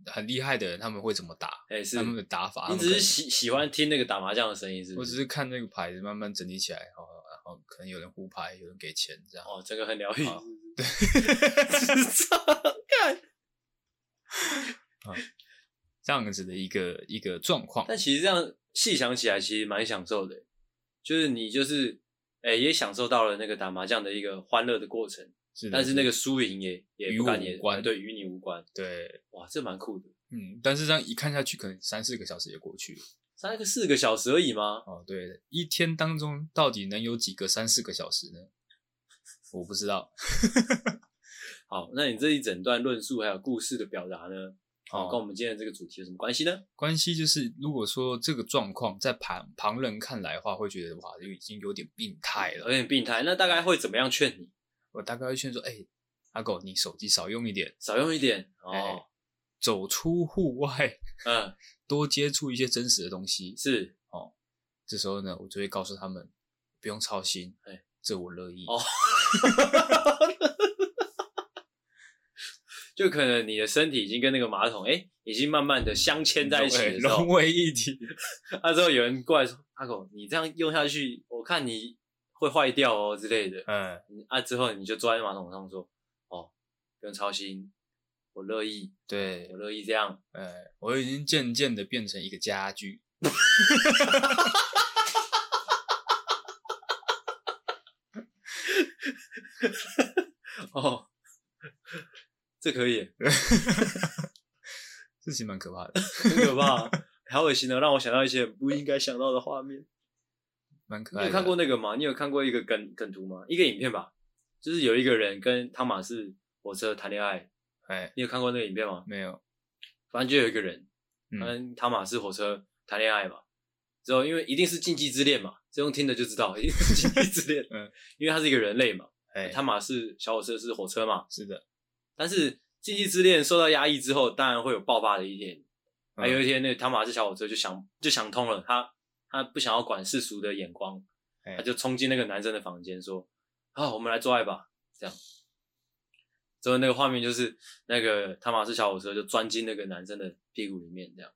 很厉害的人他们会怎么打，
哎、是
他们的打法，他
你
们
只
可
是
能
喜喜欢听那个打麻将的声音，是不
我
是？
只是看那个牌子慢慢整理起来，哦，然后可能有人胡牌，有人给钱这样。
哦，这个很疗愈。 *laughs*
好
对，智障，干。
这样子的一个一个状况，
但其实这样细想起来，其实蛮享受的，欸就是你就是，哎、也享受到了那个打麻将的一个欢乐的过程，
是的
但是那个输赢也也
与
不
我
敢也呃
无关
对，与你无关。
对，
哇，这蛮酷的，
嗯，但是这样一看下去，可能三四个小时也过去了。
三个四个小时而已吗？
哦，对，一天当中到底能有几个三四个小时呢？我不知道。 *laughs*
好，那你这一整段论述还有故事的表达呢，好、
哦
跟我们今天的这个主题有什么关系呢？
关系就是，如果说这个状况在旁旁人看来的话，会觉得哇，就已经有点病态
有
了。
点病态，那大概会怎么样劝你？
我大概会劝说，哎、阿狗，你手机少用一点，
少用一点
哎
哦，
走出户外，
嗯，
多接触一些真实的东西。
是
这时候呢，我就会告诉他们，不用操心，
哎
这我乐意。
哦就可能你的身体已经跟那个马桶，哎、已经慢慢的相牵在一起
哎
的时
融
候，
为一体。
那之后有人过来说：“阿狗，你这样用下去，我看你会坏掉哦之类的。
嗯，”
啊，之后你就坐在马桶上说：“哦，不用操心，我乐意，
对
我，乐意这样。
呃，我已经渐渐的变成一个家具。
哦， *laughs* 这可以，
这其实蛮可怕的，
很可怕，啊好恶心的，哦让我想到一些不应该想到的画面。
蛮可
你
爱的。
有看过那个吗？你有看过一个梗梗图吗？一个影片吧，就是有一个人跟汤马士火车谈恋爱。
哎，
你有看过那个影片吗？
没有，
反正就有一个人，
嗯
跟汤马斯火车谈恋爱嘛，之后因为一定是禁忌之恋嘛，这用听的就知道，一定是禁忌之恋。
*laughs* 嗯，
因为他是一个人类嘛，
哎，
汤马斯小火车是火车嘛，
是的，
但是禁忌之恋受到压抑之后，当然会有爆发的一天。
嗯
还有一天，那个汤马斯小火车就想就想通了，他他不想要管世俗的眼光，
哎
他就冲进那个男生的房间说：“啊，我们来做爱吧。”这样。之后那个画面就是那个汤马斯小火车就钻进那个男生的屁股里面，这样。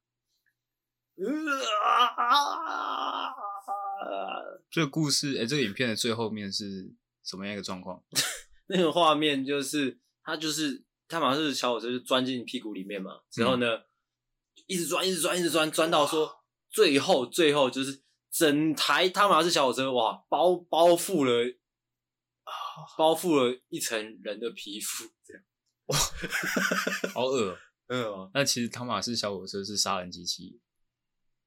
这个故事，哎，这个影片的最后面是什么样一个状况？
那个画面就是他就是他马上是小火车就钻进屁股里面嘛，之后呢，一直钻一直钻一直钻，钻到说最后最后就是整台他马是小火车哇包包覆了。啊包覆了一层人的皮肤，这样，
好恶哦。
*laughs* 嗯，
那其实汤马斯小火车是杀人机器，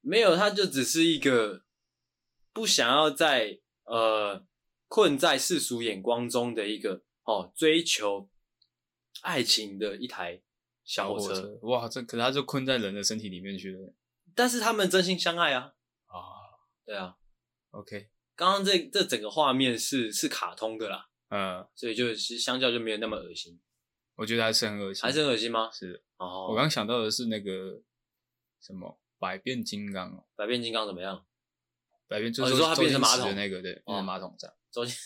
没有，他就只是一个不想要在呃困在世俗眼光中的一个哦追求爱情的一台小火车，
车，哇，这可是它就困在人的身体里面去了
但是他们真心相爱啊，
啊。
对啊。
OK，
刚刚这这整个画面是是卡通的啦，
呃，
所以就其实相较就没有那么恶心，
我觉得还是很恶心，
还是很恶心吗？
是的。
哦，
我刚想到的是那个什么百变金刚哦，
百变金刚怎么样？ *laughs*
百变就
哦
是
你说它
周
变
星
成马
驰
桶
的那个，对，变
哦
成马桶站。
周星，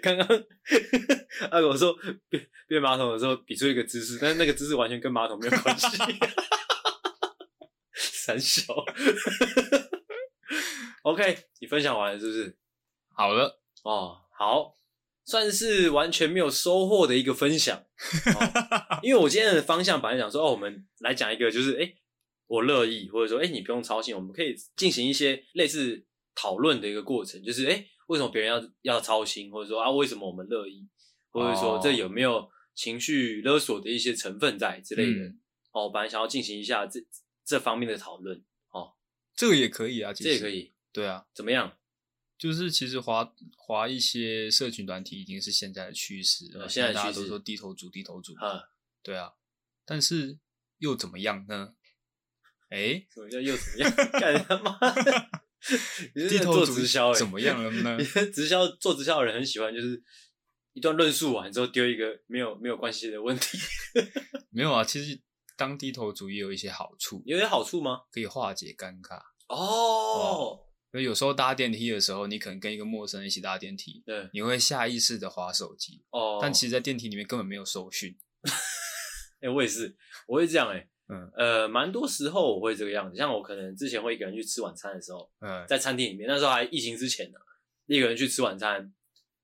刚刚阿狗说变变马桶的时候比出一个姿势，但是那个姿势完全跟马桶没有关系， *laughs* 三小。OK，你分享完了是不是？
好了，
哦，好，算是完全没有收获的一个分
*laughs*
享。哦、因为我今天的方向本来想说，哦，我们来讲一个，就是哎、诶我乐意，或者说哎、诶你不用操心，我们可以进行一些类似讨论的一个过程，就是哎、诶为什么别人要要操心，或者说啊，为什么我们乐意，或者说
哦
这有没有情绪勒索的一些成分在之类的。
嗯
哦，我本来想要进行一下这这方面的讨论，
这个也可以啊，其
这
实
也可。以，
对啊，
怎么样？
就是其实滑滑一些社群软体已经是现在的趋势了，
呃现在的
大家
趋势
都说低头族，低头族，
啊，
对啊，但是又怎么样呢？哎、
什么叫又怎么样？ *laughs* 干他妈！你是
低
在
头
做
族
直销哎、
怎么样了
*laughs*
啊呢
你？看直销做直销的人很喜欢，就是一段论述完之后丢一个没有没有关系的问题， *laughs*
没有啊，其实当低头族也有一些好处，
有点好处吗？
可以化解尴尬。
哦，
因为有时候搭电梯的时候，你可能跟一个陌生人一起搭电梯，
对，
你会下意识的划手机，
哦，
但其实，在电梯里面根本没有收讯。
哎、我也是，我会这样哎、
嗯
呃，蛮多时候我会这个样子，像我可能之前会一个人去吃晚餐的时候，
嗯，
在餐厅里面，那时候还疫情之前呢、一个人去吃晚餐，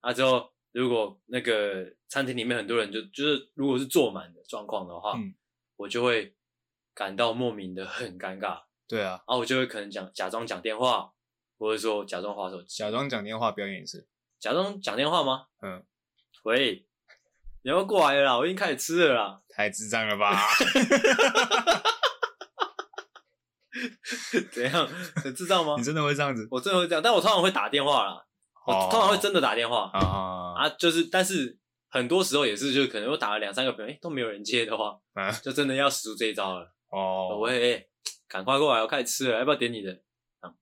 啊之后如果那个餐厅里面很多人就就是如果是坐满的状况的话，
嗯
我就会感到莫名的很尴尬，
对啊，
啊我就会可能讲假装讲电话，或者说假装划手机，
假装讲电话表演也是，
假装讲电话吗？
嗯，
喂，你要过来了啦，我已经开始吃了啦，
太智障了
*laughs*
吧？
怎样？ *laughs* 很智障吗
你？真的会这样子？
我真的会这样，但我通常会打电话啦，我
哦
通常会真的打电话，
啊
啊，就是但是很多时候也是，就可能我打了两三个朋友，哎、都没有人接的话，
啊
就真的要使出这一招了。
哦，
喂、欸赶快过来，我开始吃了，要不要点你的？嗯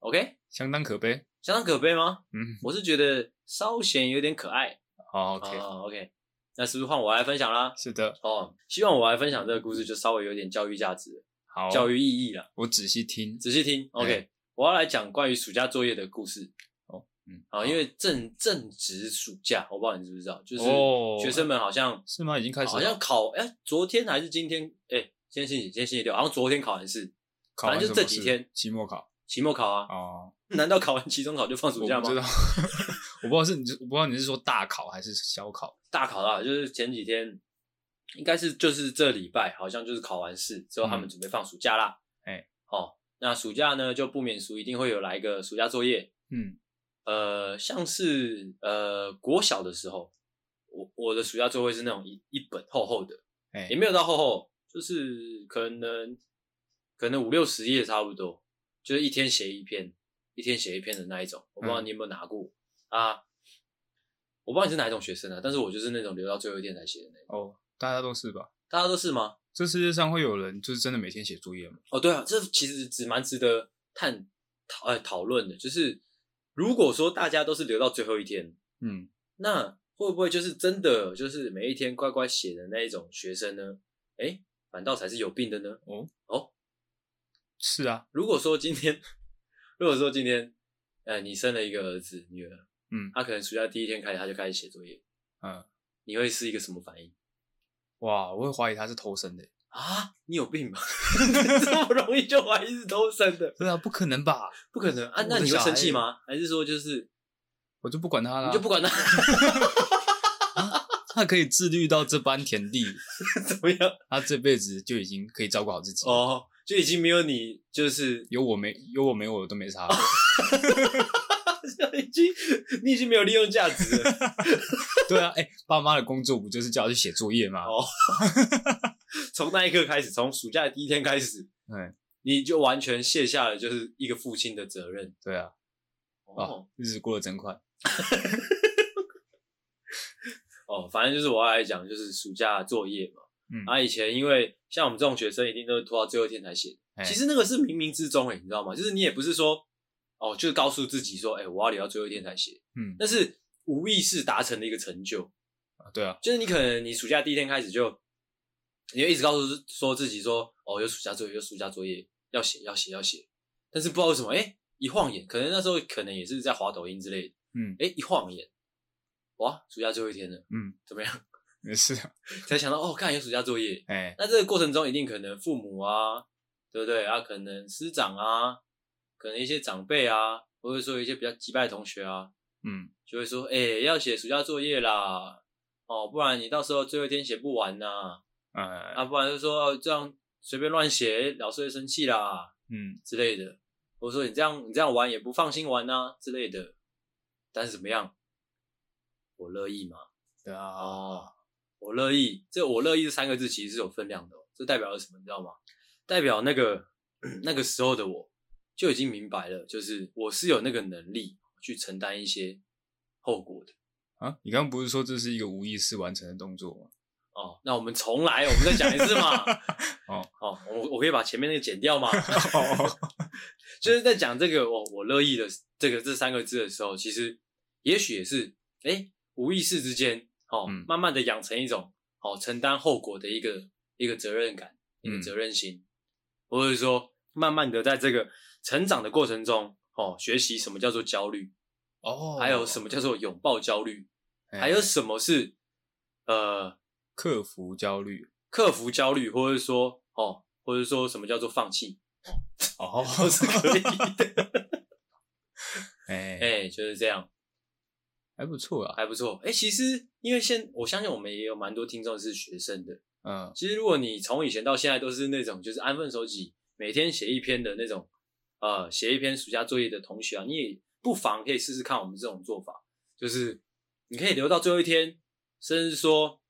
，OK，
相当可悲。
相当可悲吗？
嗯，
我是觉得稍显有点可爱。
好
啊
，OK，
OK，那是不是换我来分享啦？
是的，
哦，希望我来分享这个故事，就稍微有点教育价值、
好，
教育意义啦。
我仔细听。
仔细听，OK，、
哎
我要来讲关于暑假作业的故事
嗯，
啊，因为正正值暑假，我不知道你知不知道，就是
哦
学生们好像
是吗？已经开始了
好像考哎、昨天还是今天哎、今天星期几今天星期六，好像昨天考完试，
考完
反正就这
什么
几
试
天
期末考
期末考啊，
哦，
难道考完期中考就放暑假
我不知道 *laughs*
吗？，
我不知道是你是，我不知道你是说大考还是小考？
大考啦，就是前几天，应该是就是这礼拜，好像就是考完试之
嗯
后，他们准备放暑假啦。
哎
哦，那暑假呢就不免俗，一定会有来一个暑假作业。
嗯，
呃，像是呃国小的时候，我我的暑假作业是那种一一本厚厚的，
哎
也，没有到厚厚，就是可能可能五六十页差不多，就是一天写一篇，一天写一篇的那一种。我不知道
嗯
你有没有拿过、啊？我不知道你是哪一种学生啊，但是我就是那种留到最后一天才写的那种。
哦，大家都是吧？
大家都是吗？
这世界上会有人就是真的每天写作业吗？
哦，对啊，这其实只蛮值得探讨呃讨论的，就是如果说大家都是留到最后一天，
嗯，
那会不会就是真的就是每一天乖乖写的那一种学生呢？哎，反倒才是有病的呢？
哦
哦，
是啊，
如果说今天， *laughs* 如果说今天，呃，你生了一个儿子女儿，
嗯
他可能暑假第一天开始他就开始写作业，
嗯，
你会是一个什么反应
哇，我会怀疑他是偷生的。欸
啊？你有病吧？ *laughs* 这么容易就怀疑是偷生的？
对啊，不可能吧？
不可能啊！
我的
那你会
小孩啊
生气吗？还是说就是
我就不管他了，
你就不管他
*laughs* 他可以自律到这般田地，
怎么
*laughs*
样？
他这辈子就已经可以照顾好自己。，
哦，就已经没有你，就是 *laughs*
有我没有我没有我都没差。
已经你已经没有利用价值了。
*laughs* *laughs* 对啊，哎、爸妈的工作不就是叫他去写作业吗？
哦从那一刻开始，从暑假的第一天开始，
嗯，
你就完全卸下了就是一个父亲的责任。
对啊，
哦，
日子过得真快。
哦，反正就是我要来讲，就是暑假作业嘛。
嗯
啊，以前因为像我们这种学生，一定都是拖到最后一天才写。
哎
其实那个是冥冥之中哎、你知道吗？就是你也不是说哦，就是告诉自己说，哎、我要留到最后一天才写，
嗯，
那是无意识达成的一个成就。
啊对啊，
就是你可能你暑假第一天开始就，你就一直告诉说自己说，哦，有暑假作业，有暑假作业要写，要写，要写。但是不知道为什么，哎、一晃眼，可能那时候可能也是在滑抖音之类的，
嗯
哎、一晃眼，哇，暑假最后一天了，
嗯，
怎么样？
也是啊，
才想到哦，看有暑假作业。
哎，
那这个过程中，一定可能父母啊，对不对啊？可能师长啊，可能一些长辈啊，或者说一些比较击败的同学啊，
嗯
就会说，哎、要写暑假作业啦，哦，不然你到时候最后一天写不完呐、
呃
啊，不然就说、哦这样随便乱写，老师会生气啦
嗯，
之类的，或者说你这样你这样玩也不放心玩呐、之类的。但是怎么样，我乐意吗？
对啊，
哦，我乐意，这我乐意这三个字其实是有分量的、哦，这代表了什么？你知道吗？代表那个那个时候的我就已经明白了，就是我是有那个能力去承担一些后果的。
啊，你刚刚不是说这是一个无意识完成的动作
*laughs*
吗？
哦，那我们重来，我们再讲一次嘛。
哦
哦，我我可以把前面那个剪掉嘛。
哦，
就是在讲这个我我乐意的这个这三个字的时候，其实也许也是哎、诶无意识之间哦，
嗯
慢慢的养成一种哦承担后果的一个一个责任感，一个
嗯
责任心，或者说慢慢的在这个成长的过程中哦，学习什么叫做焦虑，
*laughs* 哦
还有什么叫做拥抱焦虑，
哎
还有什么是呃
克服焦虑，
克服焦虑，或者说哦，或者说什么叫做放弃，
哦
都是可以的。
哎，
*laughs* 哎、就是这样。
还不错啊，
还不错。哎、其实因为现我相信我们也有蛮多听众是学生的。
嗯
其实如果你从以前到现在都是那种就是安分守己，每天写一篇的那种，呃，写一篇暑假作业的同学啊，你也不妨可以试试看我们这种做法，就是你可以留到最后一天，甚至说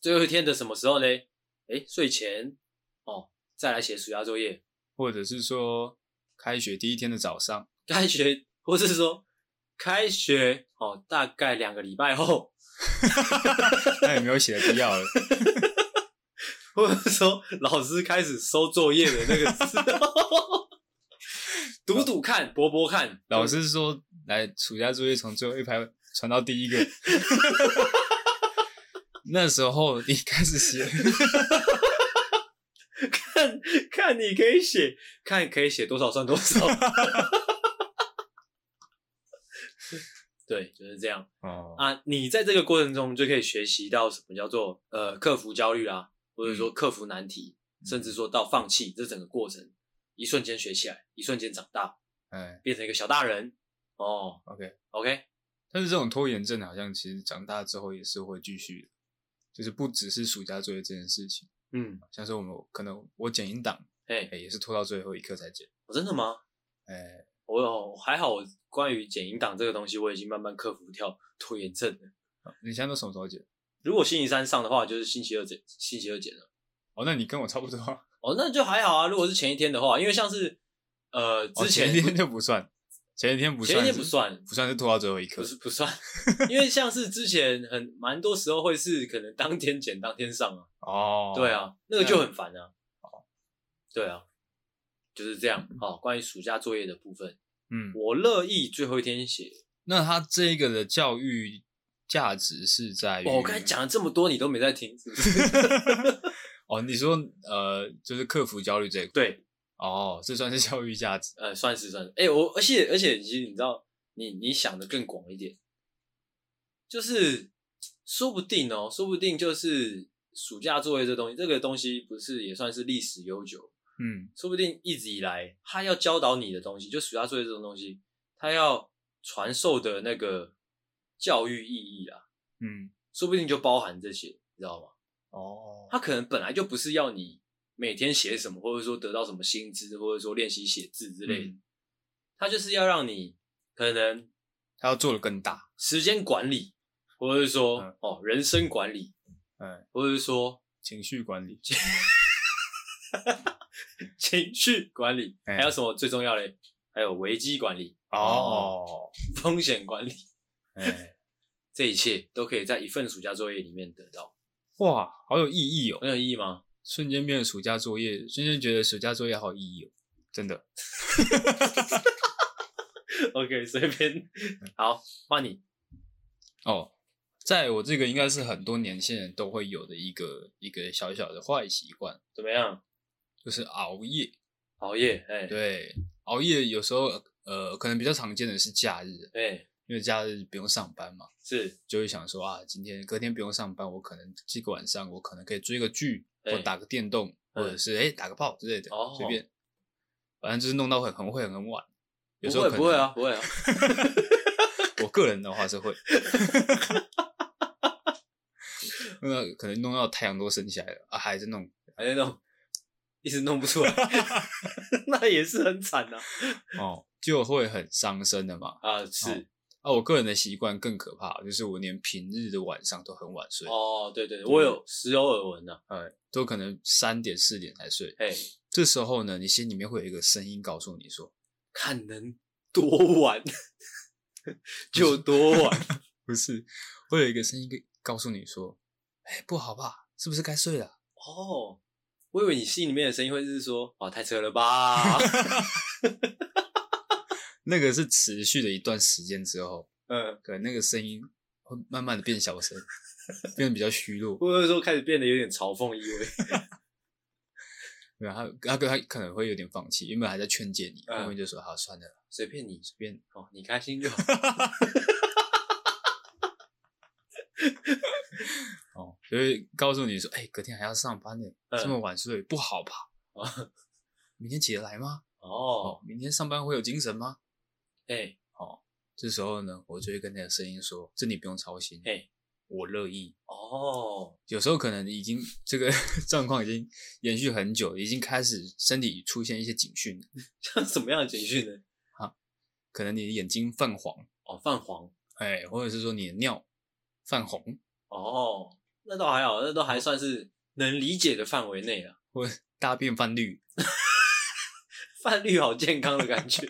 最后一天的什么时候呢？哎、睡前哦，再来写暑假作业。 *laughs*
或者是说开学第一天的早上，
开学，或是说开学哦，大概两个礼拜后，
那也没有写的必要了，
或者说老师开始收作业的那个 *laughs* 时候，赌赌看，搏搏看，
老师说来暑假作业从最后一排传到第一个， *laughs* 那时候你开始写，
看看你可以写，看可以写多少算多少。 *laughs* 对，就是这样
哦，
啊。你在这个过程中就可以学习到什么叫做呃克服焦虑啦，或者
嗯
说克服难题，甚至说到放弃这整个过程，一瞬间学起来，一瞬间长大，
哎
变成一个小大人。哦
，OK。
，OK，
但是这种拖延症好像其实长大之后也是会继续的，就是不只是暑假作业这件事情，
嗯，
像是我们可能我剪音档，
哎、
哎、也是拖到最后一刻才剪，
我真的吗？
哎、
我有还好，我关于剪音档这个东西，我已经慢慢克服掉拖延症了。
你现在都什么时候剪？
如果星期三上的话，就是星期二剪，星期二剪了。
哦，那你跟我差不多啊，
哦，那就还好啊。如果是前一天的话，因为像是呃
哦
之前、
前一天就不算，前一天不算，
前一天不，算，
不算是拖到最后一刻
不，是不算， *laughs* 因为像是之前很蛮多时候会是可能当天剪当天上啊。
哦，
对，啊，那个就很烦啊。对啊，就是这样。好、关于暑假作业的部分，
嗯，
我乐意最后一天写。
那他这个的教育价值是在于，
哦，我刚才讲了这么多，你都没在听，是不是？ *laughs*
哦，你说呃，就是克服焦虑这一块，
对，
哦，这算是教育价值，
呃，算是算是。哎、我而且而且，其实你知道，你你想的更广一点，就是说不定哦，说不定就是暑假作业这东西，这个东西不是也算是历史悠久，
嗯
说不定一直以来他要教导你的东西，就暑假作业这种东西，他要传授的那个教育意义啊，
嗯，
说不定就包含这些，你知道吗？
哦，
他可能本来就不是要你每天写什么，或者说得到什么薪资，或者说练习写字之类的，
嗯
他就是要让你可能
他要做的更大，
时间管理，或者是说、
嗯
哦人生管理，
嗯，
或者是说 *laughs*
情绪管理，
情绪管理，
哎
还有什么最重要嘞？ *laughs* 还有危机管理、
哦，
风险管理，
哎，
这一切都可以在一份暑假作业里面得到，
哇，好有意义哦！
很有意义吗？
瞬间变成暑假作业，瞬间觉得暑假作业好有意义哦，真的。
OK，随便。
嗯
*laughs* 好，换你。
哦，在我这个应该是很多年轻人都会有的一个一个小小的坏习惯，
怎么样？
就是熬夜。
熬夜，哎、
对，熬夜有时候呃，可能比较常见的是假日，
哎、
因为假日不用上班嘛，
是，
就会想说啊，今天隔天不用上班，我可能这个晚上我可能可以追个剧，
哎
或打个电动，
嗯
或者是哎、打个炮之类的，
哦
随便，反正就是弄到很很会很晚。有时
不
候
会
可
不会
能
啊，不会啊，
我个人的话是会， *laughs* 那可能弄到太阳都升起来了啊，还是弄
还在弄，一直弄不 *laughs* 出来，那也是很惨呐、
哦，就会很伤身的嘛。
啊。是，
啊，我个人的习惯更可怕，就是我连平日的晚上都很晚睡，
哦，对对对，我有时有耳闻呐、啊。
哎，都可能三点四点才睡。
*laughs* 哎、
这时候呢，你心里面会有一个声音告诉你说
看能多晚就多 *laughs* 晚。：“
不是，会有一个声音告诉你说，哎，不好吧，是不是该睡了
哦，我以为你心里面的声音会是说，啊，太扯了 *laughs* 吧？？”
那个是持续的一段时间之后，
嗯，
可能那个声音会慢慢的变小声，变得比较虚弱。 *laughs*
会不会说开始变得有点嘲讽意味？
然后他他他可能会有点放弃，原本还在劝诫你，
嗯
后面就说：“好，算了，
随便你，
随便。
哦，你开心就好。
哦，就会告诉你说，哎、隔天还要上班呢，
嗯
这么晚睡不好吧？
哦
明天起得来吗？
哦
哦，，明天上班会有精神吗？
哎、
这时候呢，我就会跟那个声音说，这你不用操心，
哎
我乐意。
哦，
有时候可能已经这个 *laughs* 状况已经延续很久，已经开始身体出现一些警讯，
像什么样的情绪呢？
可能你的眼睛泛黄，
哦，泛黄。
哎、或者是说你的尿泛红，
哦，那倒还好，那都还算是能理解的范围内啊。
或者大便泛绿，
泛绿好健康的感
*laughs*
觉，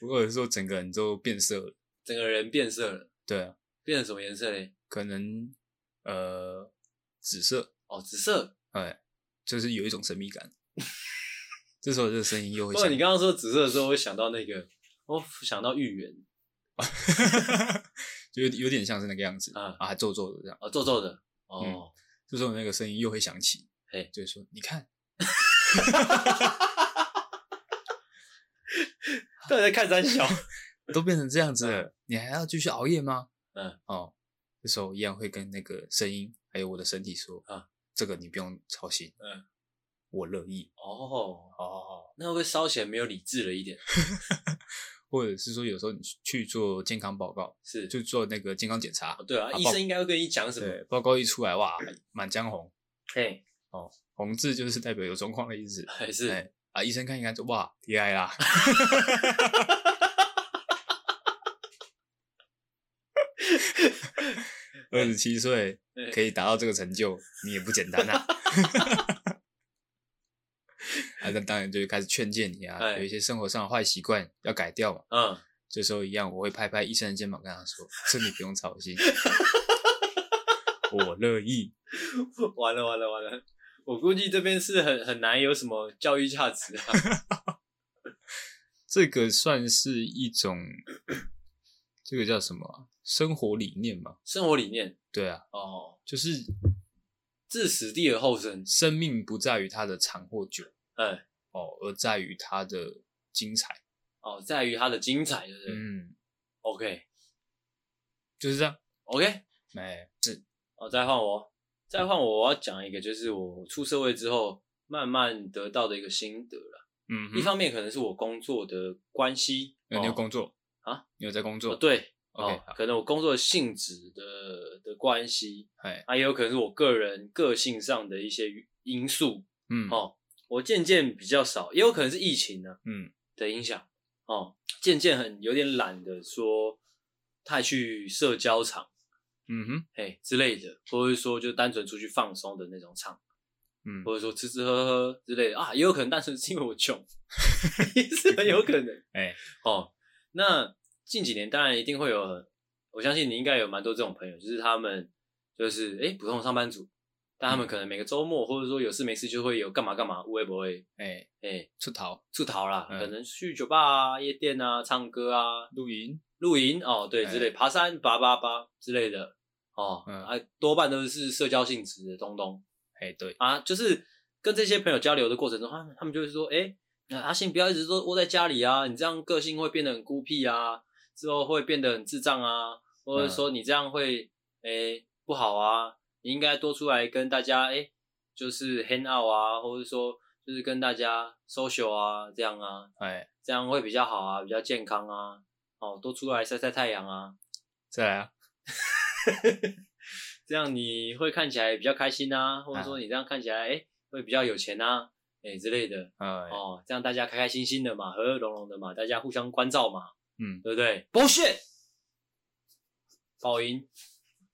或者是说整个人都变色了。
整个人变色了，
对啊，
变成什么颜色嘞？
可能呃紫色，
哦，紫色。
哎，就是有一种神秘感。 *laughs* 这时候这个声音又
不
会
过
响
你，刚刚说紫色的时候，我想到那个，我想到芋圆
就有有点像是那个样子
啊
啊，还皱皱的这样。
哦，皱皱的。
嗯
哦，
这时候那个声音又会响起，
嘿
就是说你看，
到底在看三
*laughs*
小？
都变成这样子了，你还要继续熬夜吗？
嗯，
哦，这时候一样会跟那个声音还有我的身体说
啊，
这个你不用操心，
嗯，
我乐意。
哦，
哦，
那会不会稍显没有理智了一点？
或者是说有时候你去做健康报告，
是，
就做那个健康检查
哦，对啊，
啊
医
报
生应该会跟你讲什么？
对，报告一出来，哇，满江红，
嘿，
红字就是代表有状况的意思。
还是
哎啊，医生看一看就哇，厉害啦！二十七岁
哎
可以达到这个成就，你也不简单啊！啊，那当然就开始劝诫你啊，
哎
有一些生活上的坏习惯要改掉嘛。
嗯， *laughs*
这时候一样，我会拍拍医生的肩膀，跟他说：“ *laughs* 这你不用操心，我乐意。
完了完了完了，我估计这边是很很难有什么教育价值啊。”
这个算是一种，这个叫什么啊、生活理念嘛？
生活理念
对啊，
哦，
就是
置死地而后生。
生命不在于它的长或久
哎，
哦，而在于它的精彩。
哦，在于它的精彩，对不对、
嗯，
o k
就是这样。
OK，
哎，这
哦，再换我，再换我，我要讲一个，就是我出社会之后慢慢得到的一个心得了。
嗯
一
哼，
方面可能是我工作的关系，
呃你有工作
啊？
你有在工
作、哦
作？
对。
OK，
哦
好，
可能我工作性质的的关系，
哎，
啊，也有可能是我个人个性上的一些因素，
嗯，
哦，我渐渐比较少，也有可能是疫情啊呢
嗯，
的影响哦，渐渐很有点懒得说太去社交场
嗯哼，
哎之类的，或者说就单纯出去放松的那种场，
嗯，
或者说吃吃喝喝之类的啊，也有可能单纯是因为我穷，也是很有可能
哎，
哦。那近几年当然一定会有，我相信你应该有蛮多这种朋友，就是他们就是哎、诶普通上班族，但他们可能每个周末或者说有事没事就会有干嘛干嘛，会不会
哎、
哎
出逃、
出逃啦，
嗯
可能去酒吧啊、夜店啊、唱歌啊、
露营，
露营哦，对
哎
之类，爬山八八八之类的哦，
嗯
啊多半都是社交性质的东东。
哎、对，
啊，就是跟这些朋友交流的过程中，他们他们就会说，哎、那阿信不要一直都窝在家里啊，你这样个性会变得很孤僻啊，之后会变得很智障啊，或
嗯
者说你这样会，哎、不好啊，你应该多出来跟大家，哎、就是 hang out 啊，或者说就是跟大家 social 啊，这样啊，
哎、
这样会比较好啊，比较健康啊，哦，多出来晒晒太阳啊，
再来啊，
这样你会看起来比较开心啊，或者说你这样看起来，哎、会比较有钱啊，哎、之类的
哎、
哦，这样大家开开心心的嘛，和和融融的嘛，大家互相关照嘛，
嗯，
对不对？bullshit，爆音，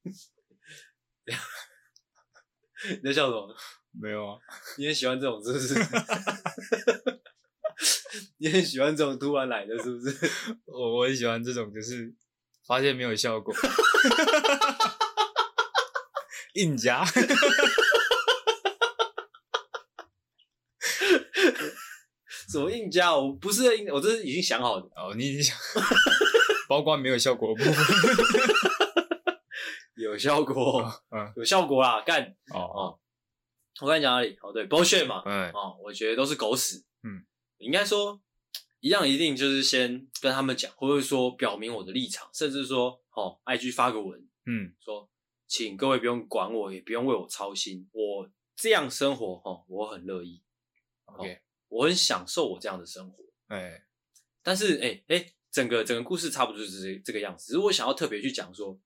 你在笑什么？
没有啊，
你很喜欢这种是 *laughs* 不是？你很喜欢这种突然来的，是不是？
我我很喜欢这种，就是发现没有效
*laughs*
果，硬
*laughs*
夹，
什么硬加？我不是硬，我这是已经想好的，
哦，你已经想，包括没有效果的部分，
有效果，
嗯，
*laughs* 有效果啦，干。
哦，
我刚才讲哪里？哦，对，bullshit 嘛，
哎、
哦，我觉得都是狗屎。
嗯，
应该说一样，一定就是先跟他们讲，或者说表明我的立场，甚至说哦，IG 发个文
嗯，
说，请各位不用管我，也不用为我操心，我这样生活哦，我很乐意，哦
，OK，
我很享受我这样的生活。
哎、
但是，哎、哎、整个整个故事差不多就是这这个样子。只是我想要特别去讲说，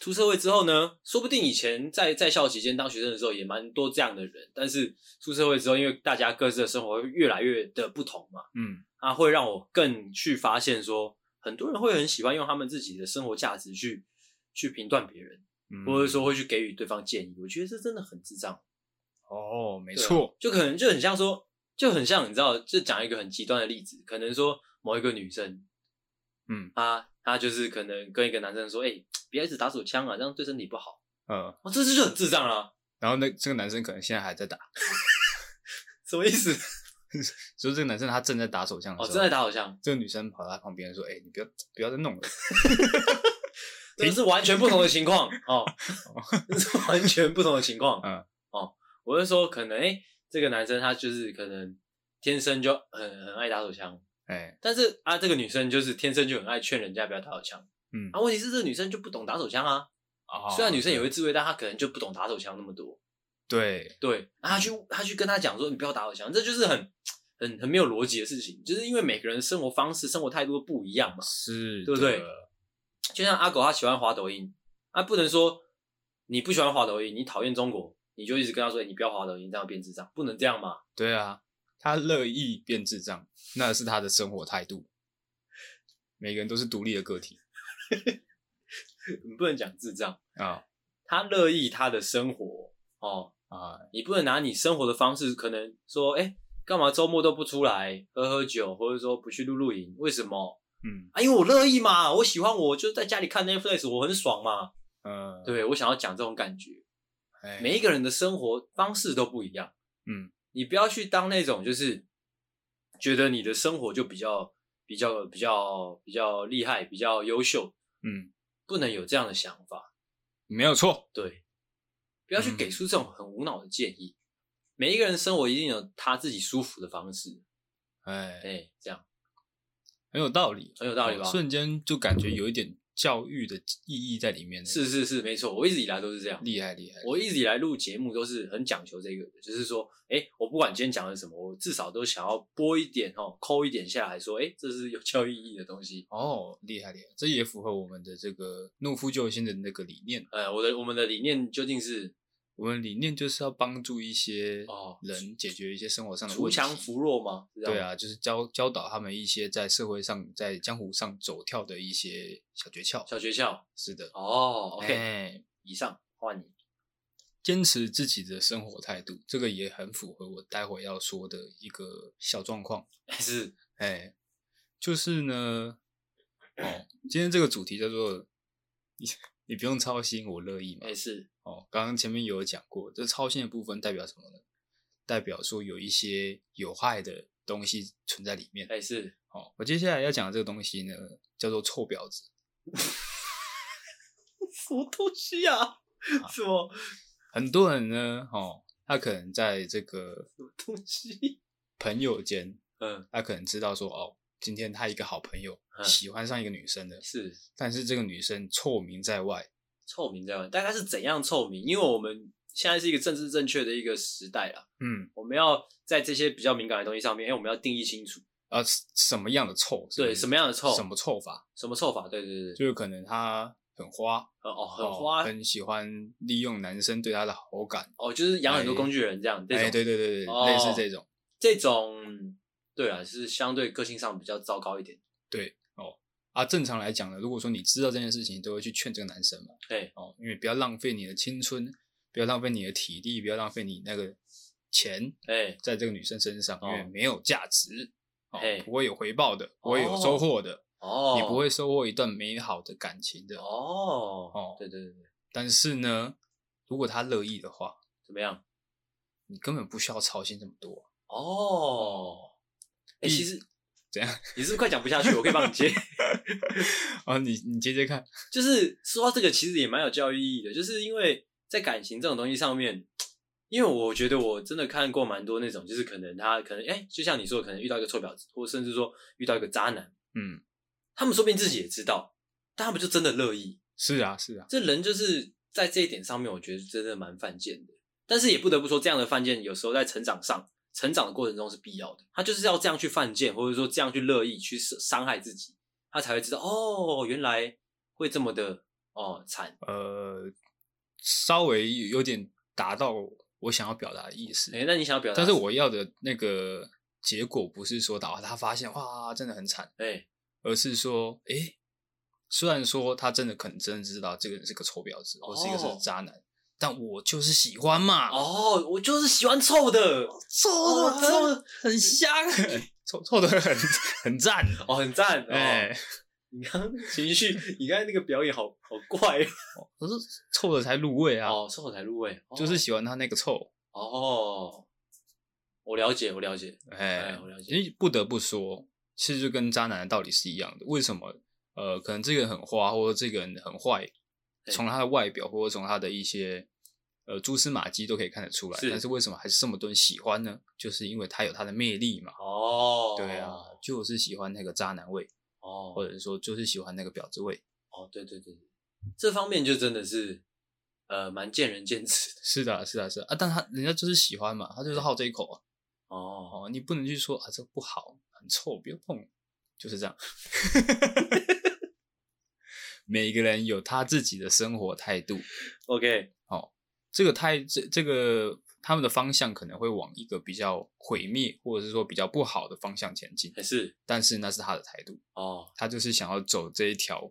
出社会之后呢，说不定以前在在校期间当学生的时候也蛮多这样的人，但是出社会之后，因为大家各自的生活会越来越的不同嘛，
嗯，
啊，会让我更去发现说，很多人会很喜欢用他们自己的生活价值去去评断别人，
嗯
或者，说会去给予对方建议。我觉得这真的很智障。
哦，没
没
错，
就可能就很像说，就很像你知道，就讲一个很极端的例子，可能说某一个女生，
嗯，
她她就是可能跟一个男生说，哎、不要一直打手枪啊，这样对身体不好。
嗯，
哦，这这就很智障啦、
然后那这个男生可能现在还在打，
什么意思？
所以这个男生他正在打手枪的
哦，
时
正
候，
在打手枪，
这个女生跑到他旁边说：“哎、你不要不要再弄了。
*laughs* 这是完全不同的情
*laughs*
况哦，这是完全不同的情况。
嗯，
哦，我是说，可能哎、这个男生他就是可能天生就很很爱打手枪，
哎，
但是啊，这个女生就是天生就很爱劝人家不要打手枪。
嗯
啊，问题是这个女生就不懂打手枪啊。
哦
虽然女生也会自慰，但她可能就不懂打手枪那么多。
对，嗯
对，然后她去她去跟她讲说你不要打手枪，这就是很很很没有逻辑的事情，就是因为每个人生活方式、生活态度都不一样嘛。
是，
对不对？就像阿狗，他喜欢滑抖音，啊，不能说你不喜欢滑抖音，你讨厌中国，你就一直跟他说、哎你不要滑抖音，这样变智障，不能这样嘛。
对啊，他乐意变智障，那是他的生活态度。每个人都是独立的个体
你不能讲智障，
啊
他乐意他的生活哦，
啊，
你不能拿你生活的方式，可能说，哎、干嘛周末都不出来喝喝酒，或者说不去露露营？为什么？
嗯
啊，因为我乐意嘛，我喜欢我就在家里看 Netflix，我很爽嘛。
呃，
对我想要讲这种感觉，
哎
每一个人的生活方式都不一样。
嗯，
你不要去当那种就是觉得你的生活就比较比较比较比较厉害、比较优秀，
嗯，
不能有这样的想法。
没有错，
对，不要去给出这种很无脑的建议。每一个人生活一定有他自己舒服的方式，哎、
哎，
这样
很有道理，哦
很有道理吧？
瞬间就感觉有一点教育的意义在里面，
是是是，没错，我一直以来都是这样。
厉害厉害，
我一直以来录节目都是很讲求这个的，就是说，哎、我不管今天讲的是什么，我至少都想要播一点哦，抠一点下来说，哎、这是有教育意义的东西。
哦，厉害厉害，这也符合我们的这个怒夫救星的那个理念。
呃，我的我们的理念究竟是
我们理念就是要帮助一些
哦
人解决一些生活上的
锄
问题。
强扶弱吗？是这样
对
吗，
啊，就是教教导他们一些在社会上、在江湖上走跳的一些小诀窍。
小诀窍。
是的
哦，OK，、
哎
以上换你。
坚持自己的生活态度，这个也很符合我待会要说的一个小状况。哎
是，
哎、就是呢，哦，今天这个主题叫做你不用操心，我乐意嘛。
没事，
哦，刚刚前面有讲过，这操心的部分代表什么呢？代表说有一些有害的东西存在里面。
没事，
哦，我接下来要讲的这个东西呢，叫做臭婊子。
什么东西啊？ *laughs* 什么
很多人呢，哦，他可能在这个
什么东西？ *laughs*
朋友间，
嗯，
他可能知道说，哦，今天他一个好朋友
嗯
喜欢上一个女生的，
是
但是这个女生臭名在外，
臭名在外，但它是怎样臭名？因为我们现在是一个政治正确的一个时代啦，
嗯，
我们要在这些比较敏感的东西上面，哎、我们要定义清楚，
啊，什么样的臭？
对什么样的臭，
什么臭法？
什么臭法？对对对，
就是可能他很花，
呃哦，很
哦
花，
很喜欢利用男生对他的好感，
哦，就是养很多工具人这样，这种、
哎，对对对对，
哦
类似这种，
这种，对啊，是相对个性上比较糟糕一点。
对哦。啊，正常来讲呢，如果说你知道这件事情，都会去劝这个男生嘛，
对，
哦，因为不要浪费你的青春，不要浪费你的体力，不要浪费你那个钱
哎、
在这个女生身上，因为
哦
没有价值，哦
嘿，
不会有回报的，不会有收获的，
哦，
你不会收获一段美好的感情的。
哦，
哦
对对对对，
但是呢，如果他乐意的话，
怎么样？
你根本不需要操心这么多。
哦，哎、
一
其实
怎样？ *laughs*
你是不是快讲不下去？我可以帮你接。
啊，你你接接看，
就是说到这个，其实也蛮有教育意义的，就是因为在感情这种东西上面，因为我觉得我真的看过蛮多那种，就是可能他可能哎、就像你说的，可能遇到一个臭婊子，或甚至说遇到一个渣男，
嗯，
他们说不定自己也知道，但他们就真的乐意。
是啊，是啊，
这人就是在这一点上面，我觉得真的蛮犯贱的。但是也不得不说，这样的犯贱有时候在成长上、成长的过程中是必要的。他就是要这样去犯贱，或者说这样去乐意去伤伤害自己，他才会知道哦，原来会这么的哦惨。
呃，稍微有有点达到我想要表达的意思。
哎，那你想要表达？
但是我要的那个结果不是说打他发现哇真的很惨，
哎
而是说诶、虽然说他真的可能真的知道这个人是个臭婊子，
哦
或是一个是渣男，但我就是喜欢嘛，
哦，我就是喜欢臭的
臭
哦
臭
的
很 *laughs* 香，臭臭的很很赞，
欸哦，很赞
哎、
哦。你刚情绪，你刚才那个表演好好怪哦
我说臭的才入味啊，
哦，哦臭才入味，哦
就是喜欢他那个臭，
哦，我了解，我了解，
哎
哎我了解
因为不得不说，其实就跟渣男的道理是一样的。为什么？呃，可能这个人很花，或者这个人很坏，
对
从他的外表或者从他的一些呃蛛丝马迹都可以看得出来。
是
但是为什么还是这么多人喜欢呢？就是因为他有他的魅力嘛。
哦，
对啊，就是喜欢那个渣男味，
哦，
或者说就是喜欢那个婊子味。
哦，对对对，这方面就真的是呃蛮见仁见智的
是的啊，是的啊，是的啊啊，但他人家就是喜欢嘛，他就是好这一口啊。
哦。
哦，你不能去说啊，这个不好，很臭，不要碰，就是这样。 *laughs* 每个人有他自己的生活态度，
OK，
这个态这这个他们的方向可能会往一个比较毁灭，或者是说比较不好的方向前进，
也是
但是那是他的态度，
哦
他就是想要走这一条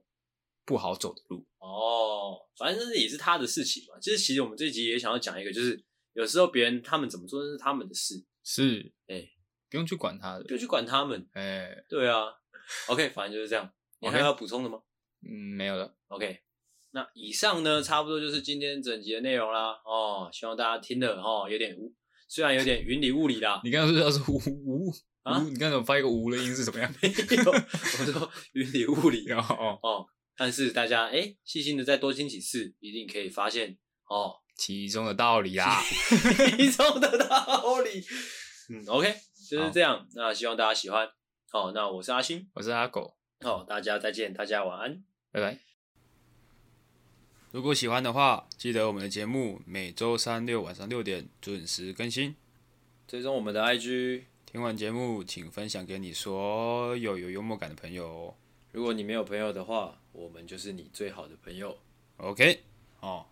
不好走的路。
哦，反正这也是他的事情嘛。就是其实我们这集也想要讲一个，就是有时候别人他们怎么做那是他们的事，
是，
哎
不用去管他的
不，要去管他们。
哎、
对啊，OK，反 *laughs* 正就是这样。你还
OK
要补充的吗
嗯，没有了，
？OK，那以上呢，差不多就是今天整集的内容啦。哦，希望大家听了哦，有点无，虽然有点云里雾里啦，
你刚刚说要是 *laughs* 无无无，
啊
你刚才有发一个无的音是怎么样？
没有， *laughs* 我说云里雾里
然后 *laughs* 哦，
哦。但是大家哎，细心的再多听几次，一定可以发现哦 *laughs*
其中的道理啊 *laughs* 啦。
其中的道理。嗯，OK，就是这样。那希望大家喜欢。好、那我是阿星。
我是阿狗，
好、大家再见，大家晚安。
拜拜。如果喜欢的话，记得我们的节目每周三六晚上六点准时更新。
追踪我们的 IG，
听完节目，请分享给你所有有幽默感的朋友哦。
如果你没有朋友的话，我们就是你最好的朋友。
OK，哦，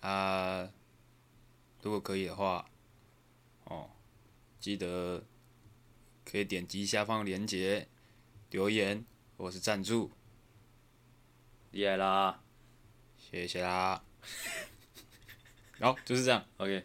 啊、如果可以的话，哦，记得可以点击下方链接留言或是赞助，
厉害啦
*laughs* 谢谢啦。好、就是这样。
，OK。